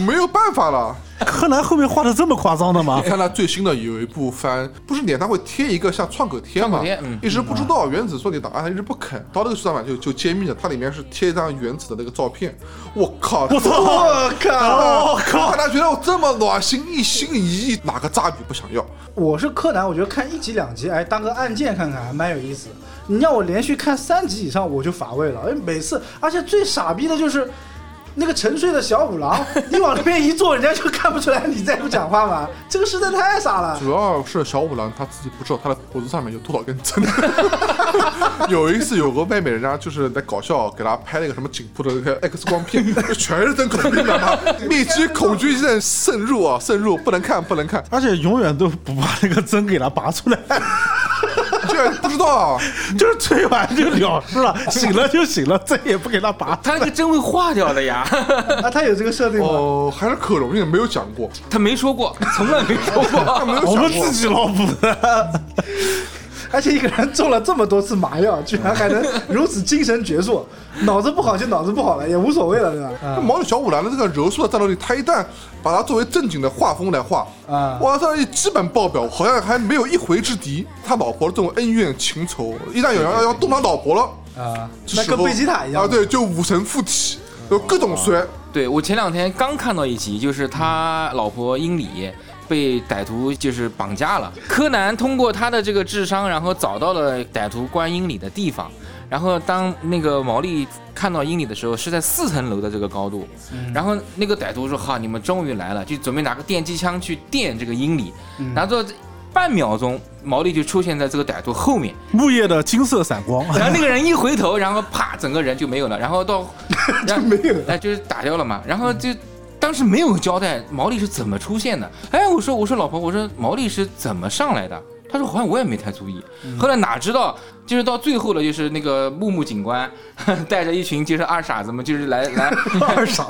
没有办法了。
柯南后面画的这么夸张的吗
你？看他最新的有一部番，不是脸上会贴一个像创可贴
创
嘛
可贴嗯？
一直不知道原子说给答案，他一直不肯。到那个出版就就揭秘了，它里面是贴一张原子的那个照片。我靠！
我操！
我靠！
我哦靠！
大家觉得我这么暖心，一心一意，哪个渣女不想要？
我是柯南，我觉得看一集两集，哎，当个案件看看还蛮有意思的。你让我连续看三集以上，我就乏味了。哎，每次，而且最傻逼的就是那个沉睡的小五郎，你往那边一坐，人家就看不出来你在不讲话嘛。 这个实在太傻了。
主要是小五郎他自己不知道他的脖子上面有多少根针。有一次有个外面人家就是在搞笑，给他拍了一个什么颈部的那个 X 光片，全是针孔明白吗？密集恐惧症渗入啊，渗入不能看，不能看，
而且永远都不把那个针给它拔 出来，
居然不知道啊！
就是吹完就了事了，醒了就醒了，针也不给它拔。
他那个针会化掉 的呀，
啊，他有这个设定吗？
哦，还是可容易没有讲过，
他没说过，从来没说过。
他没有
我
讲
们
过
自。己脑补的，
而且一个人中了这么多次麻药，居然还能如此精神矍铄，脑子不好就脑子不好了，也无所谓了，对吧？
那
嗯
毛利小五郎的这个柔术的战斗力，他一旦把它作为正经的画风来画，
啊
哇，他基本爆表，好像还没有一回之敌。他老婆这种恩怨情仇，一旦有人要要动他老婆了，
啊，
这
那
时候
跟贝吉塔一样
啊，对，就武神附体，就各种摔。
对我前两天刚看到一集，就是他老婆英里被歹徒就是绑架了。柯南通过他的这个智商，然后找到了歹徒关英里的地方。然后当那个毛利看到英里的时候，是在四层楼的这个高度。然后那个歹徒说：“哈，你们终于来了！”就准备拿个电击枪去电这个英里。然后这半秒钟，毛利就出现在这个歹徒后面。
木叶的金色闪光，
哎
然后那个人一回头，然后啪，整个人就没有了。然后到然后
没有
哎，就是打掉了嘛。然后就当时没有交代毛利是怎么出现的。哎，我说我说老婆，我说毛利是怎么上来的？他说好像我也没太注意。后来哪知道，就是到最后了，就是那个木木警官带着一群就是二傻子们，就是来来
二傻，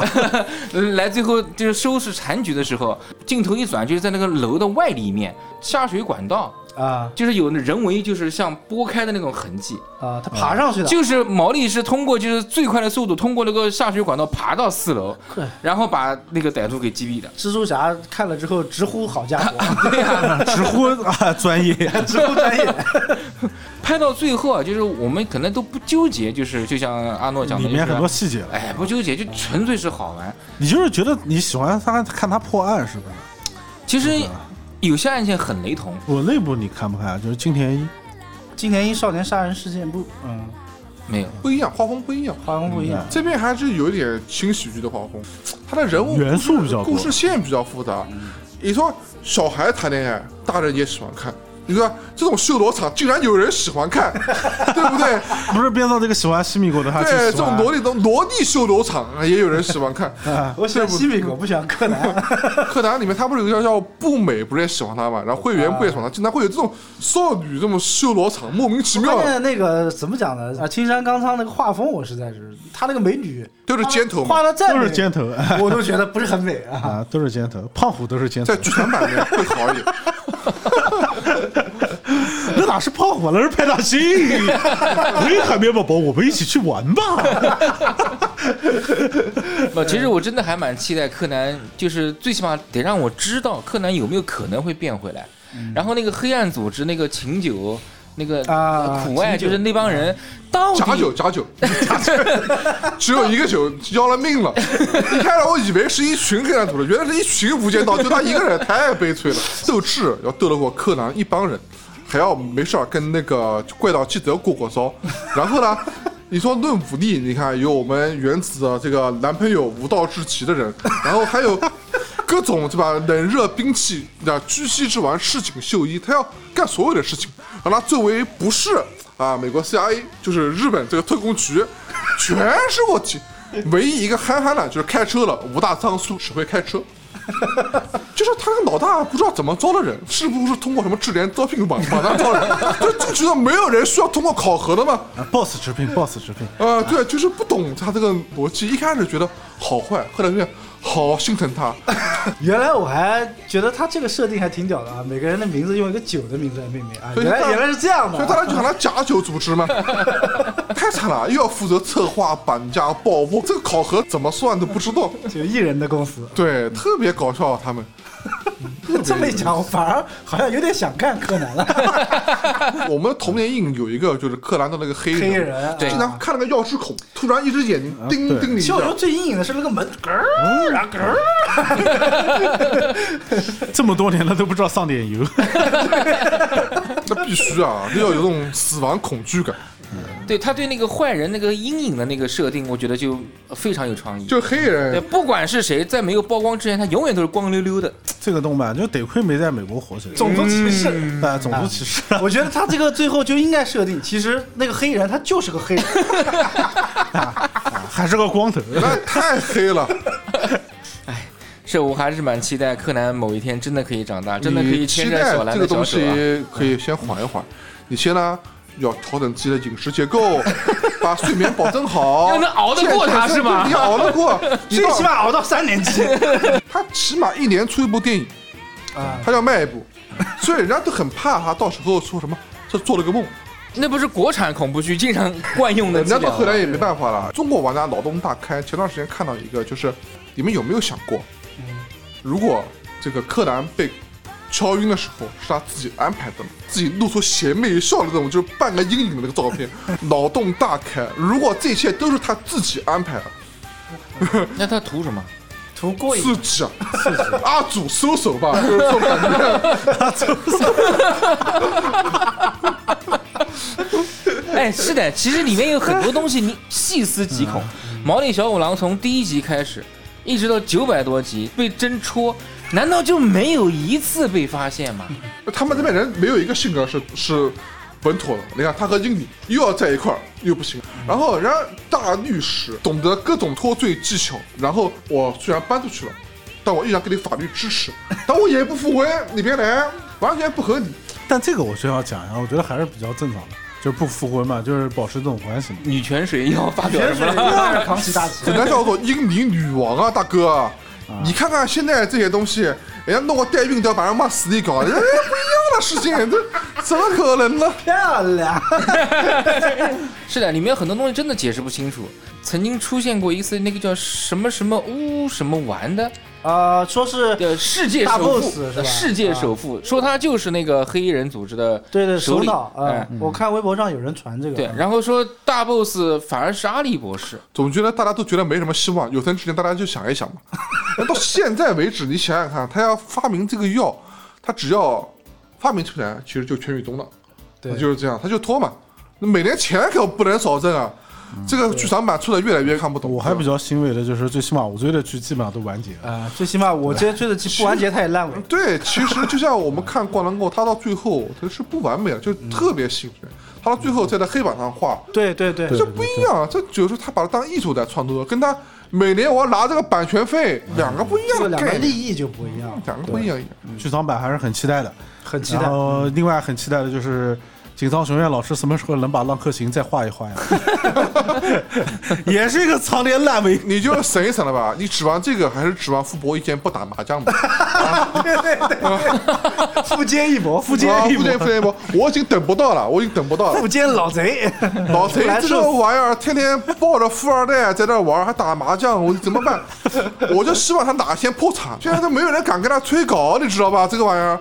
来最后就是收拾残局的时候，镜头一转，就是在那个楼的外里面下水管道，
啊
就是有人为就是像拨开的那种痕迹。
啊，他爬上去的，
就是毛利是通过就是最快的速度通过那个下水管道爬到四楼
对，
然后把那个歹徒给击毙的。
蜘蛛侠看了之后直呼好家伙，
对呀、
直呼 啊专业，
直呼专业，
拍到最后啊，就是我们可能都不纠结，就是就像阿诺讲的，
里面
就是
很多细节，
哎不纠结，就纯粹是好玩。
你就是觉得你喜欢他看他破案是不是？
其实有些案件很雷同，
我那部你看不看？就是金田一，
金田一少年杀人事件簿，嗯，
没有
不一样，画风不一样。
画风不一样，
这边还是有一点轻喜剧的画风，他的人物
元素比啊嗯较多
故事线比较复杂。你说小孩谈恋爱，大人也喜欢看。你说这种修罗场竟然有人喜欢看，对不对？
不是编造这个喜欢西米果的他去喜
对，
欢
这种萝莉种萝莉修罗场啊也有人喜欢看。
嗯我喜欢啊西米狗，不喜欢柯南，
柯南里面他不是有一个叫不美，不是也喜欢他嘛？然后会员不也喜欢他？经常会有这种少女这种修罗场，莫名其妙
关键那个怎么讲呢？啊，青山刚昌那个画风，我实在是，他那个美女
都是尖头嘛
画。的再
都
美
是尖头
我都觉得不是很美 啊。
啊，都是尖头，胖虎都是尖头
在，剧场版里面会好一点，
那哪是胖虎，那是派大星。我也海绵宝宝，我们一起去玩吧。
不，其实我真的还蛮期待柯南，就是最起码得让我知道柯南有没有可能会变回来。
嗯
然后那个黑暗组织那个秦九。那个
啊
苦艾
秦九
就是那帮
嗯
人，到底
假酒假酒， 只有一个酒，要了 命了！一开始我以为是一群黑暗组的，原来是一群无间道，就他一个人，太悲催了。斗智要斗得过柯南一帮人，还要没事儿跟那个怪盗基德过过招。然后呢，你说论武力，你看有我们原子的这个男朋友武道至极的人，然后还有。各种对吧？冷热兵器啊，居西之丸、市井秀一，他要干所有的事情。然后他作为不是啊，美国 CIA 就是日本这个特工局，全是我去。唯一一个憨憨的，就是开车了，五大仓促只会开车， 就是他那个老大不知道怎么招的人，是不是通过什么智联招聘网把他招人？ 就就觉得没有人需要通过考核的嘛。
boss 直聘，boss 直聘，
啊，对，就是不懂他这个逻辑。一开始觉得好坏，后来觉得好心疼他，
原来我还觉得他这个设定还挺屌的啊，每个人的名字用一个酒的名字来命名啊，
所以
原来
大
原来是这样的
所以大
啊。
家就喊他假酒组织嘛， 太惨了，又要负责策划、绑架、报复，这个考核怎么算都不知道。
就一人的公司，
对，特别搞笑， 他们。
这么一讲，我反而好像有点想看柯南 了。
我们童年印有一个就是柯南的那个黑
黑
啊
人对
经常看那个钥匙孔，突然一只眼睛叮
对
叮你一
其实我觉
下
得。最阴影的是那个门，咯儿然后咯儿
这么多年了都不知道上点油。
那必须啊，要有这种死亡恐惧感。
嗯对他对那个坏人那个阴影的那个设定，我觉得就非常有创意。
就是黑
对，
人，
不管是谁，在没有曝光之前，他永远都是光溜溜的。
这个动漫就得亏没在美国火起来，嗯
种族歧视。
啊，种族歧视。
嗯 我觉得他这个最后就应该设定，其实那个黑人他就是个黑人，
还是个光头，
那太黑了，
是我还是蛮期待柯南某一天真的可以长大， 真的可以
你
牵
期
着
待
小兰
哎这
的
个
小
东
手啊。
西可以先缓一缓，你先呢要调整自己的饮食结 构，把睡眠保证好，
要能熬得过它是吗
你要熬得 过，你
最
到
起码熬到三年级
他起码一年出一部电影，
啊
他要卖一部，所以人家都很怕他到时候说什么这做了个梦。
那不是国产恐怖剧经常惯用的
人
治疗
家
吗。
到后来也没办法了。中国玩家脑洞大开，前段时间看到一个，就是你们有没有想过，如果这个柯南被敲晕的时候是他自己安排的，自己露出邪魅笑的那种，就是半个阴影的那个照片，脑洞大开。如果这一切都是他自己安排的，
那他图什么？
图过瘾，
自己啊，阿祖收手吧，就是这种感觉。
哎，是的，其实里面有很多东西，你细思极恐。毛利小五郎从第一集开始，一直到九百多集被真戳，难道就没有一次被发现吗？
他们这边人没有一个性格是是稳妥的。你看他和英里又要在一块儿又不行，然后人家大律师懂得各种脱罪技巧，然后我虽然搬出去了，但我依然给你法律支持， 但我也不服文，你别来，完全不合理。
但这个我需要讲一下，我觉得还是比较正常的，就是不复婚嘛，就是保持这种关系嘛。
女泉水要发表什么了？
要扛起 大旗
人。家叫做英里女王啊，大哥，你看看现在这些东西，人家弄个代孕都要把人往死里搞，人家不一样的事情，这怎么可能呢？
漂亮，
是的，里面很多东西真的解释不清楚。曾经出现过一次那个叫什么什么乌什么丸的，
呃，说是
呃，世界
大
首
boss
富，呃
是吧啊
世界首富，说他就是那个黑衣人组织的
对对
首
首
领，
脑啊
哎，，
我看微博上有人传这个，
对，然后说大 boss 反而是阿笠博士，
总觉得大家都觉得没什么希望，有生之年大家就想一想 嘛。那到现在为止，你想想看，他要发明这个药，他只要发明出来，其实就全宇宙了，
对
就是这样，他就拖嘛。每年钱可不能少挣啊！这个剧场版出的越来越看不懂。
我还比较欣慰的就是，最起码我追的剧基本上都完结了。
啊，最起码我这追的剧不完结它也烂尾，
对，其实就像我们看《灌篮高手》，他到最后他是不完美的，就特别幸运。他到最后在那黑板上画，
对对对，
这不一样。这就是他把它当艺术在创作，跟他每年我要拿这个版权费，两个不一
这
样
个
的
两个
概
利
念，
益就不一 样，
两个不一样。
剧场版还嗯是很期待的，嗯
很期
然
待。
后另外很期待的就是井上雄彦老师什么时候能把《浪客行》再画一画呀？也是一个常年烂尾。
你就省一省了 吧，你指望这个还是指望傅博以前不打麻 将吧？
对对对， 富坚义 博，富
傅
坚
傅坚傅坚博，我已经等不到了，我已经等不到了
富。坚老 贼，
老贼这个玩意儿天天抱着富二代在那玩，还打麻将，我怎么 办？我就希望他哪天破产，现在都没有人敢跟他催稿，你知道吧？这个玩意 儿，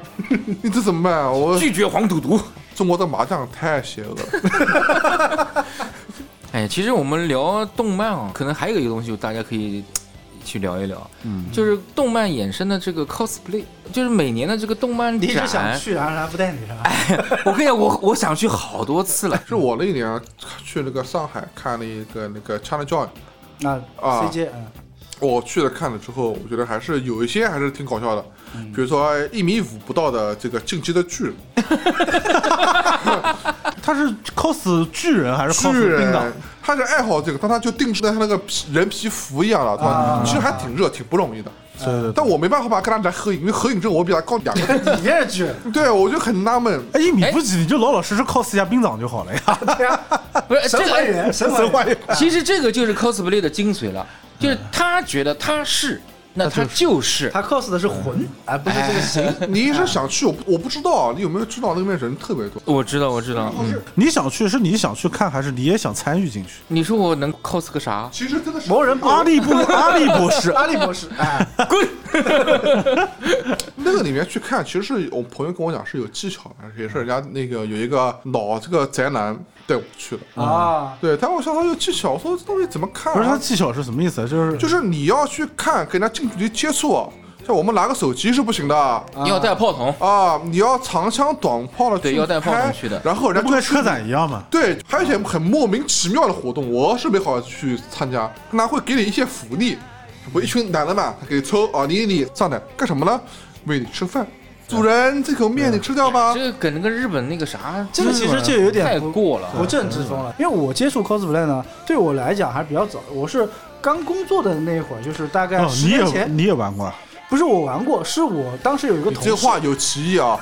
你这怎么办？我
拒绝黄赌毒。
中国的麻将太邪恶了。
哎，其实我们聊动漫啊，可能还有一个东西，大家可以嘖去聊一聊，嗯，就是动漫衍生的这个 cosplay，就是每年的这个动漫
你一直想
展。哎
去，啊然后人家不带你是吧？
我跟你讲，我我想去好多 次了。
是我那年去那个上海看了一个那个 China Joy，
啊
哦
啊
，CJ，嗯，
我去了看了之后，我觉得还是有一些还是挺搞笑的，
嗯
比如说哎一米五不到的这个进击的巨人，
他是 cos 巨人还是
巨
cos 冰岛？
人哎他是爱好这个，但他就定制在他那个皮人皮服一样了，对吧？其实还挺热，挺不容易的。
对啊对对。
但我没办法吧，跟他来合影，因为合影之后我比他高两 个。
你这是去，
对，我就很纳闷，
哎，一米不几，你就老老实实 cos 一下兵长就好了呀。
对啊，
不是这
神还
个，
原，神
哎
还原，
其实这个就是 cosplay 的精髓了，就是他觉得他是，那他就是。
他 cos 的是魂，而不是这个形。
你一直想去，我不我不知道啊你有没有知道那边人特别多。
我知道，我知道。嗯，
你想去是你想去看，还是你也想参与进去？
你说我能 cos 个啥？
其实真的是
魔人布
阿笠不阿笠博士，
阿笠博士， 哎，
那个里面去看，其实是我朋友跟我讲是有技巧的，也是人家那个有一个老这个宅男带我去的。
啊，
对，他跟我说他有技巧，我说这东西怎么看、啊？
不是他技巧是什么意思啊？就是
就是你要去看，跟人家近距离接触，像我们拿个手机是不行的
要带炮筒，
啊，你要长枪短炮的
对
去
要带
拍
炮筒去的
然后
那
人家
不
就
跟车展一样吗？
对，还有一些很莫名其妙的活动，我是没好去参加，那会给你一些福利，不一群男的嘛，他给你抽啊，你你上来干什么呢？喂你吃饭，主人这口面你吃掉吧
这。个跟那个日本那个啥，
这个其实就有点
太
不
过了。
不正之风了。因为我接触 cosplay 呢，对我来讲还比较早，我是刚工作的那会儿，就是大概
哦，
十
你
年
也
前，
你也玩过啊？
不是我玩过，是我当时有一个
你
同
这
事，
话有歧义 啊！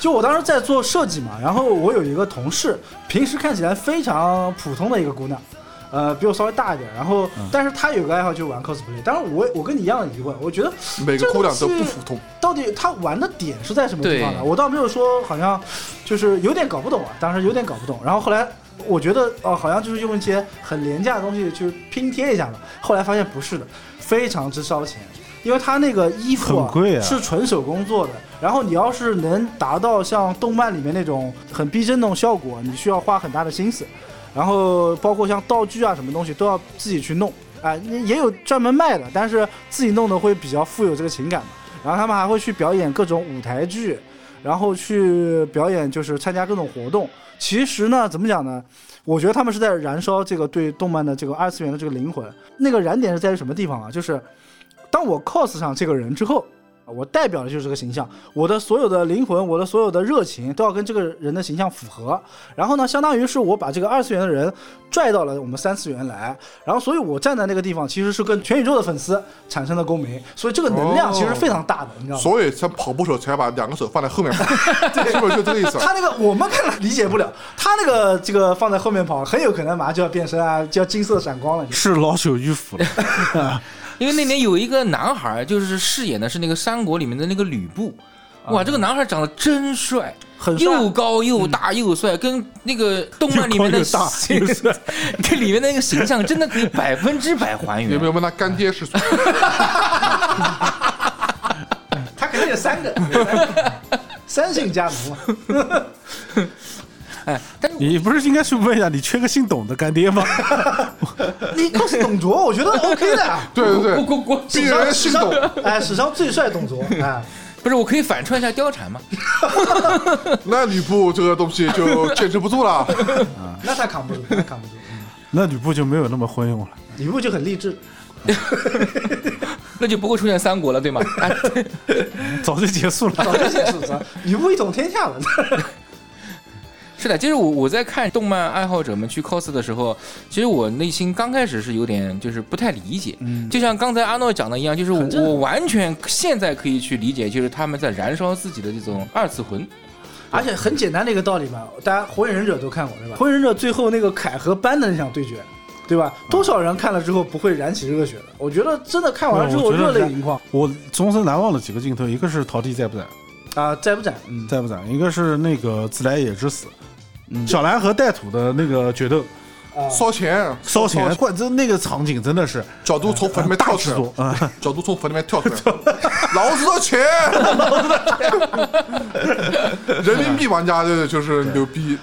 就我当时在做设计嘛，然后我有一个同事，平时看起来非常普通的一个姑娘。呃，比我稍微大一点，然后，
嗯
但是他有个爱好就是玩 cosplay。当然我，我跟你一样的疑问，我觉得
每个姑娘都
这个
不
东西
普通。
到底他玩的点是在什么地方呢？
对
我倒没有说，好像就是有点搞不懂啊，当时有点搞不懂。然后后来我觉得哦、好像就是用一些很廉价的东西去拼贴一下嘛。后来发现不是的，非常之烧钱，因为他那个衣服、
很贵啊
是纯手工做的。然后你要是能达到像动漫里面那种很逼真那种效果，你需要花很大的心思。然后包括像道具啊什么东西都要自己去弄，啊、那也有专门卖的，但是自己弄的会比较富有这个情感嘛。然后他们还会去表演各种舞台剧，然后去表演就是参加各种活动。其实呢，怎么讲呢？我觉得他们是在燃烧这个对动漫的这个二次元的这个灵魂。那个燃点是在于什么地方啊？就是当我 cos 上这个人之后，我代表的就是这个形象，我的所有的灵魂，我的所有的热情都要跟这个人的形象符合。然后呢，相当于是我把这个二次元的人拽到了我们三次元来，然后所以我站在那个地方，其实是跟全宇宙的粉丝产生了共鸣，所以这个能量其实非常大的，你知道吗？
所以像跑步时候才把两个手放在后面跑，是不是就这个意思？
他那个我们看来理解不了，他那个这个放在后面跑，很有可能马上就要变身啊，就要金色闪光了。你
是老朽迂腐了，
因为那年有一个男孩儿，就是饰演的是那个《三国》里面的那个吕布，哇，这个男孩儿长得真帅，
很帅
又高又大又帅，跟那个动漫里面的
又 高又大又帅
跟里面的那个形象真的可以百分之百还原。
有没有问他干爹是 谁？
他肯定有三 个，三姓家奴嘛。
哎，但是
你不是应该去问一下你缺个姓董的干爹吗？
你 cos 董卓，我觉得 OK 的 啊。
对对
我
对，
我我
鄙人姓董，
哎，史上最帅董卓，哎，
不是我可以反串一下貂蝉嘛？
那吕布这个东西就坚持不住了。
那他扛不住，他扛不住。
那吕布就没有那么昏庸了。
吕布就很励志，
那就不会出现三国了，对 吗？哎，
早就结束了。
早就结束了，吕布一统天下了。
是的，就是我我在看动漫爱好者们去 cos 的时候，其实我内心刚开始是有点就是不太理解，
嗯
就像刚才阿诺讲的一样，就是我
很正常
我完全现在可以去理解，就是他们在燃烧自己的这种二次魂，
而且很简单的一个道理嘛，大家《火影忍者》都看过对吧？《火影忍者》最后那个凯和班的那场对决，对吧？多少人看了之后不会燃起热血的？我觉得真的看完了之后
我觉
热
得
泪盈眶
我终身难忘的几个镜头，一个是陶地在不在，
啊、在不在？嗯，
在不在；一个是那个自来也之死，小兰和带土的那个决斗，
啊、
烧钱，
烧钱，怪这那个场景真的是
角度从坟里面跳
大
出
制
来，
作啊！
角度从坟里面跳出来，老子的钱，人民币玩家的就是牛逼，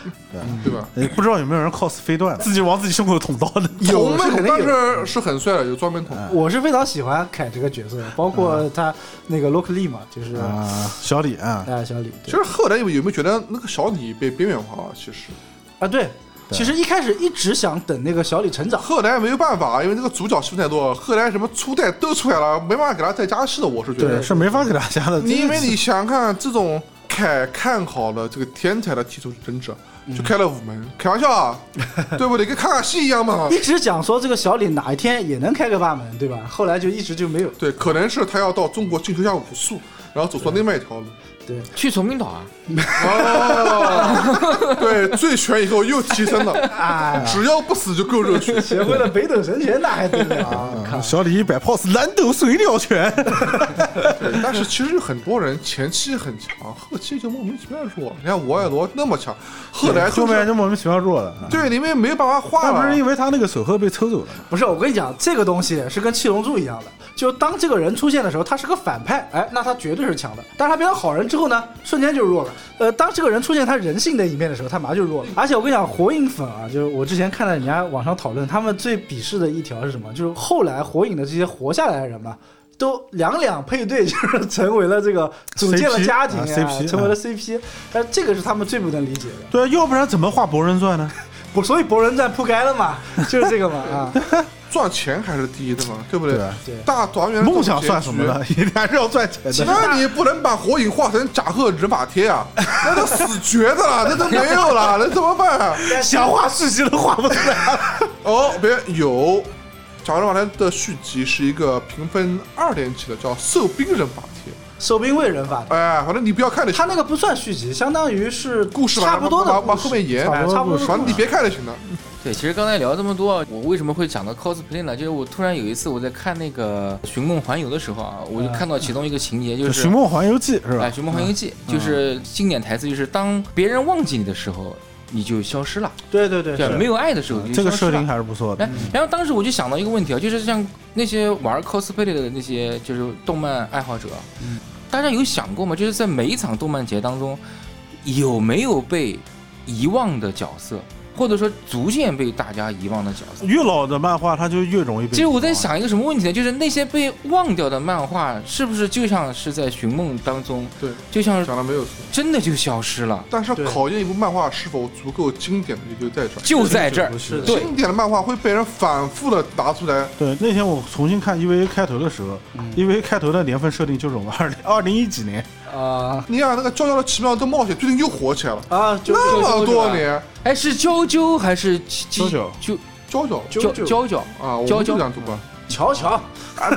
对吧？
哎不知道有没有人 cos 飞段，自己往自己胸口捅刀 的。
有
那
是
肯定
但
有嗯
是是很帅的，有专门桶。
我是非常喜欢凯这个角色的，包括他那个洛克利嘛，就是啊、
啊，小李啊，
小李。
其
对
实后来有没有没有觉得那个小李被边缘化了？其实
啊，对，其实一开始一直想等那个小李成长，
后来没有办法，因为那个主角戏份太多，后来什么初代都出来了，没办法给他再加戏了。我是觉得，
是没法给大家的。
你因为你想看这种凯看好了这个天才的提出忍者，
嗯
就开了五门，开玩笑啊，对不对？跟看看戏一 样嘛。
一直讲说这个小李哪一天也能开个八门，对吧？后来就一直就没有。
对，可能是他要到中国进修一下武术，然后走上另外一条路。
对，
去崇明岛啊，
哦， 对，醉拳以后又提升了，
啊，
只要不死就够热 血。
学会了北斗神拳，那还得了啊？
啊小李一摆 pose，蓝斗水鸟 拳，
对，但是其实有很多人前期很强，后期就莫名其妙弱了。你看我爱罗那么强，后来
后
就
面
是
就莫名其妙弱了。啊
对，因为没有办法画
那不是
了
因。为他那个手鹤被抽走了吗？
不是，我跟你讲，这个东西是跟七龙珠一样的，就当这个人出现的时候，他是个反派，哎，那他绝对是强的。但是他变成好人之后呢，瞬间就弱了。呃，当这个人出现他人性的一面的时候，他马上就弱了。而且我跟你讲，火影粉啊，就是我之前看到人家网上讨论，他们最鄙视的一条是什么？就是后来火影的这些活下来的人嘛。都两两配对，就是成为了这个组建了
CP
家庭
啊，CP
成为了 CP，但是这个是他们最不能理解的。
对啊，要不然怎么画《博人传》呢？
不，所以博人传铺开了嘛，就是这个嘛 啊。
赚钱还是第一的嘛，对不对？
对啊
对
大团圆
梦想算什么
呢？
呢？你还是要赚 钱的。
那你不能把火影画成甲贺忍法贴啊，那都死绝的了，那都没有了，那怎么办、啊？
想画续集都画不出来。
哦，别有，甲贺忍法贴的续集是一个评分二点几的，叫《兽兵忍法贴
守兵卫人法的，
哎，反正你不要看就行
他那个不算续集，相当于是
故事吧
差不多的故
往
事
往后面延
差不多的
哎
故事
反正你别看就行了。
对，其实刚才聊这么多，我为什么会讲到 cosplay 呢？就是我突然有一次我在看那个《寻梦环游》的时候啊，我就看到其中一个情节，就
《
嗯是
寻梦环游记》是
哎，
吧
《寻梦环游记》就是经典台词，就是当别人忘记你的时候，你就消失了，
对对对，
对，没有爱的时候你
这
就
个
消失
设定
了。
还是不错的
哎。，然后当时我就想到一个问题啊，就是像那些玩 cosplay 的那些就是动漫爱好者，啊大家有想过吗？就是在每一场动漫节当中，有没有被遗忘的角色，或者说逐渐被大家遗忘的角色？
越老的漫画，它就越容易被。
其实我在，想一个什么问题呢？就是那些被忘掉的漫画，是不是就像是在《寻梦》当中，
对，
就像是
讲的没有错。
真的就消失了？
但是
对
考验一部漫画是否足够经典的就在这儿，
就在这儿，
是的，
对
经典的漫画会被人反复的拿出来，
对，那天我重新看 EVA 开头的时候
嗯
，EVA 开头的年份设定就是我们 二零二零一几年，
啊
你想那个《娇娇的奇妙的冒险》最近又火起来了，
啊，就
那
就
么多年，
哎，是啾啾还是啾
啾
啾
娇娇
啾
啾啾啾？
啊，我
娇
们
娇
就讲读吧。
瞧瞧，
啊，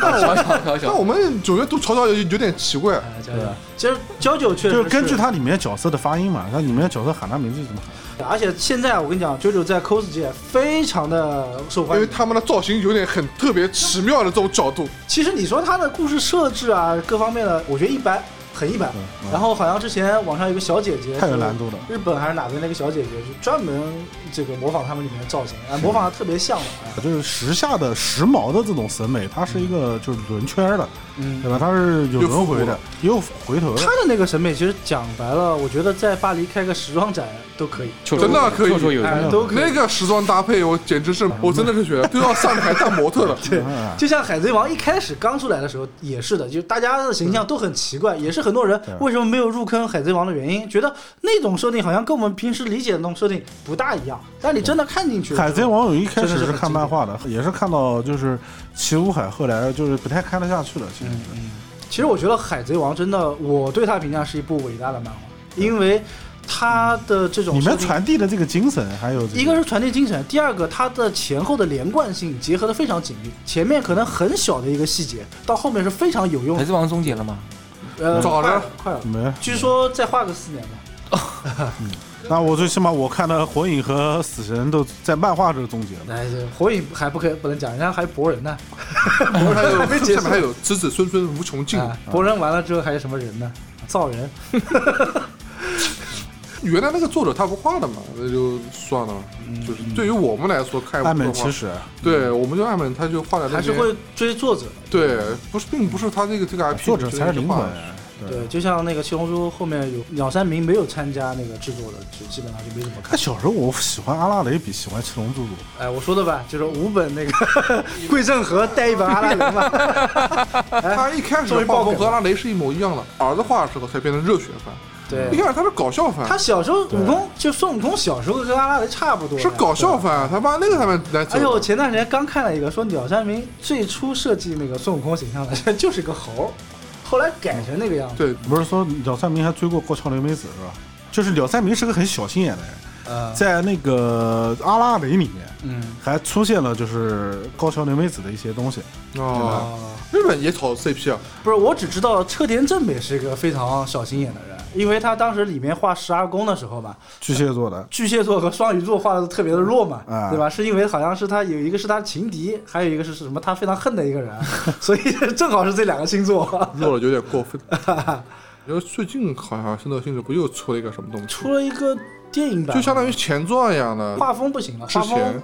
但
小
我
小小
但
小，
我们九月读乔乔有有点奇怪，
哎瞧瞧，其实娇九确实
就是根据
他。
它里面角色的发音嘛，它里面角色喊他名字就怎么喊。
而且现在我跟你讲，JoJo 在 cos 界非常的受
因
欢
为
迎。
他们的造型有点很特别奇妙的这种角度，
其实你说他的故事设置啊，各方面的，我觉得一般，很一般。
嗯嗯
然后好像之前网上有个小姐姐，
太有难度了。
日本还是哪边那个小姐姐，就专门这个模仿他们里面的造型，啊，模仿的特别像的。哎
就是时下的时髦的这种审美，它是一个就是轮圈的，
嗯
对，吧？它是有轮回的，也有回头
他
的。
的那个审美其实讲白了，我觉得在巴黎开个时装展都可以，
绰绰
真的可以
绰绰有余。
哎，都可
那
以。
个时装搭配我简直是，我真的是觉得都要上台当模特了。
对
嗯
就像海贼王一开始刚出来的时候也是的，就大家的形象都很奇怪，也是很多人
对
为什么没有入坑海贼王的原因，觉得那种设定好像跟我们平时理解的那种设定不大一样。但你真的看进去，
海贼王有一开
真
始
的是
是
很
看漫画的，也是看到就是齐武海，后来就是不太看得下去了。其
嗯
实是，
嗯，其实我觉得海贼王真的，我对他评价是一部伟大的漫画，因为他的这种
里
设
面
定
传递的这个精神，还有这个
一个是传递精神，第二个它的前后的连贯性结合的非常紧密，前面可能很小的一个细节，到后面是非常有用
海
的。
贼王终结了吗？
呃，
早
快
着
哎了快了，
没。
据说再画个四年吧。
那我最起码我看的《火影》和《死神》都在漫画这终结了。
哎，这火影还不可以不能讲，人家还博人呢。
然后还 有
还没结束
下面还有子子孙孙无穷尽，
啊，博人完了之后还有什么人呢？造人，
原来那个作者他不画的嘛，那就算了。就是对于我们来说，看一
暗嗯
部
美
动
其
画，
实，
对，我们就按本，他就画在那
还是
边。
会追作者。
对，不是，并不是他这个这个 IP
呃作者才是
就
灵
画
魂
的。。
对，就像那个七龙珠后面有鸟山明没有参加那个制作的，就基本上就没怎么
他
看。
小时候我喜欢阿拉蕾比喜欢七龙珠多。
哎，我说的吧，就是五本那个 桂正和带一本阿拉蕾 嘛。
他一开始
终于
的
爆
画
梗了
风和阿拉蕾是一模一样的，儿子画的时候才变成热血番。
对
一，开始他是搞笑番
他，小时候
对
武功就孙悟空小时候跟阿拉蕾差不多的，
是搞笑
对。
番，啊他往那个上面来
而且我
走。
前段时间刚看了一个，说鸟山明最初设计那个孙悟空形象的 就是个猴儿，后来改成那个样子。
对，啊
不是说鸟山明还追过过桥留美子是吧？就是鸟山明是个很小心眼的人，
呃，
在那个阿拉蕾里面
嗯，
还出现了就是高桥留美子的一些东西。
哦，
哦，
日本也炒 CP 啊，
不是，我只知道车田正美是一个非常小心眼的人，因为他当时里面画十二宫的时候嘛，
巨蟹座的，
巨蟹座和双鱼座画的特别的弱嘛，
啊
对吧？是因为好像是他有一个是他情敌，还有一个是什么他非常恨的一个人，所以正好是这两个星座。
弱了有点过分。因为最近好像《圣斗星矢》不又出了一个什么东西，
出了一个电影版，
就相当于前传一样的。
画风不行了，
之
画
前
风，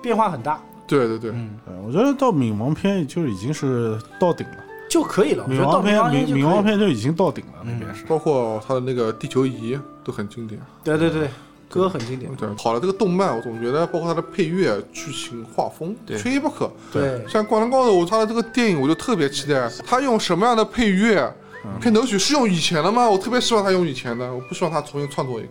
变化很大，
对对对，
嗯，
呃我觉得到冥王篇就已经是到顶了，
就可以了。我觉
冥
得到
王篇
冥王篇
冥
就可以
冥
了
王，篇就已经到顶了，那
嗯
边是。
包括他的那个地球仪都很经典。
对对对，歌很经典，
对，好了，这个动漫我总觉得包括它的配乐、剧情、画风，
对
缺一不可。
对，
像《灌篮高手》，我他的这个电影我就特别期待，他用什么样的配乐？片头曲是用以前的吗？我特别希望他用以前的，我不希望他重新创作一个。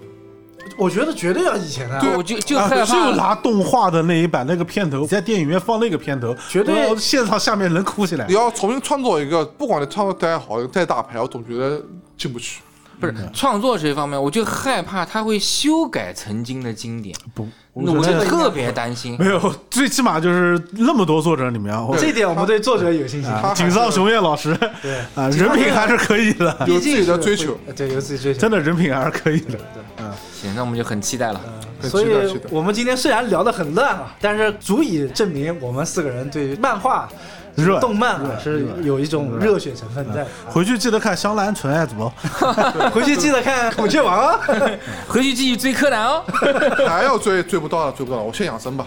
我觉得绝对要以前的，
我就就
啊
害
就
怕，
拿动画的那一版那个片头，在电影院放那个片头，
绝对
我现场下面能哭起来
你。要重新创作一个，不管你创作再好、再大牌，我总觉得进不去。
不是创作这一方面，我就害怕他会修改曾经的经典，
不，
那
觉
我
得
就特别担心。
没有，最起码就是那么多作者里面，我
这一点我们对作者有信心。
啊，井上雄彦老师
对，
啊，人品还是可以的，
有自己的追求，
对，有自己追求，
真的人品还是可以的。
行，那我们就很期待了。
很
所
期
以
待期待。
我们今天虽然聊得很烂啊，但是足以证明我们四个人对于漫画、
热
动漫啊是有一种热血成分在。
回去记得看《香兰纯爱组》哦，
回去记得看《孔雀王》啊。
回去继续追柯南哦。
还要追追不到了，追不到了，我先养生吧。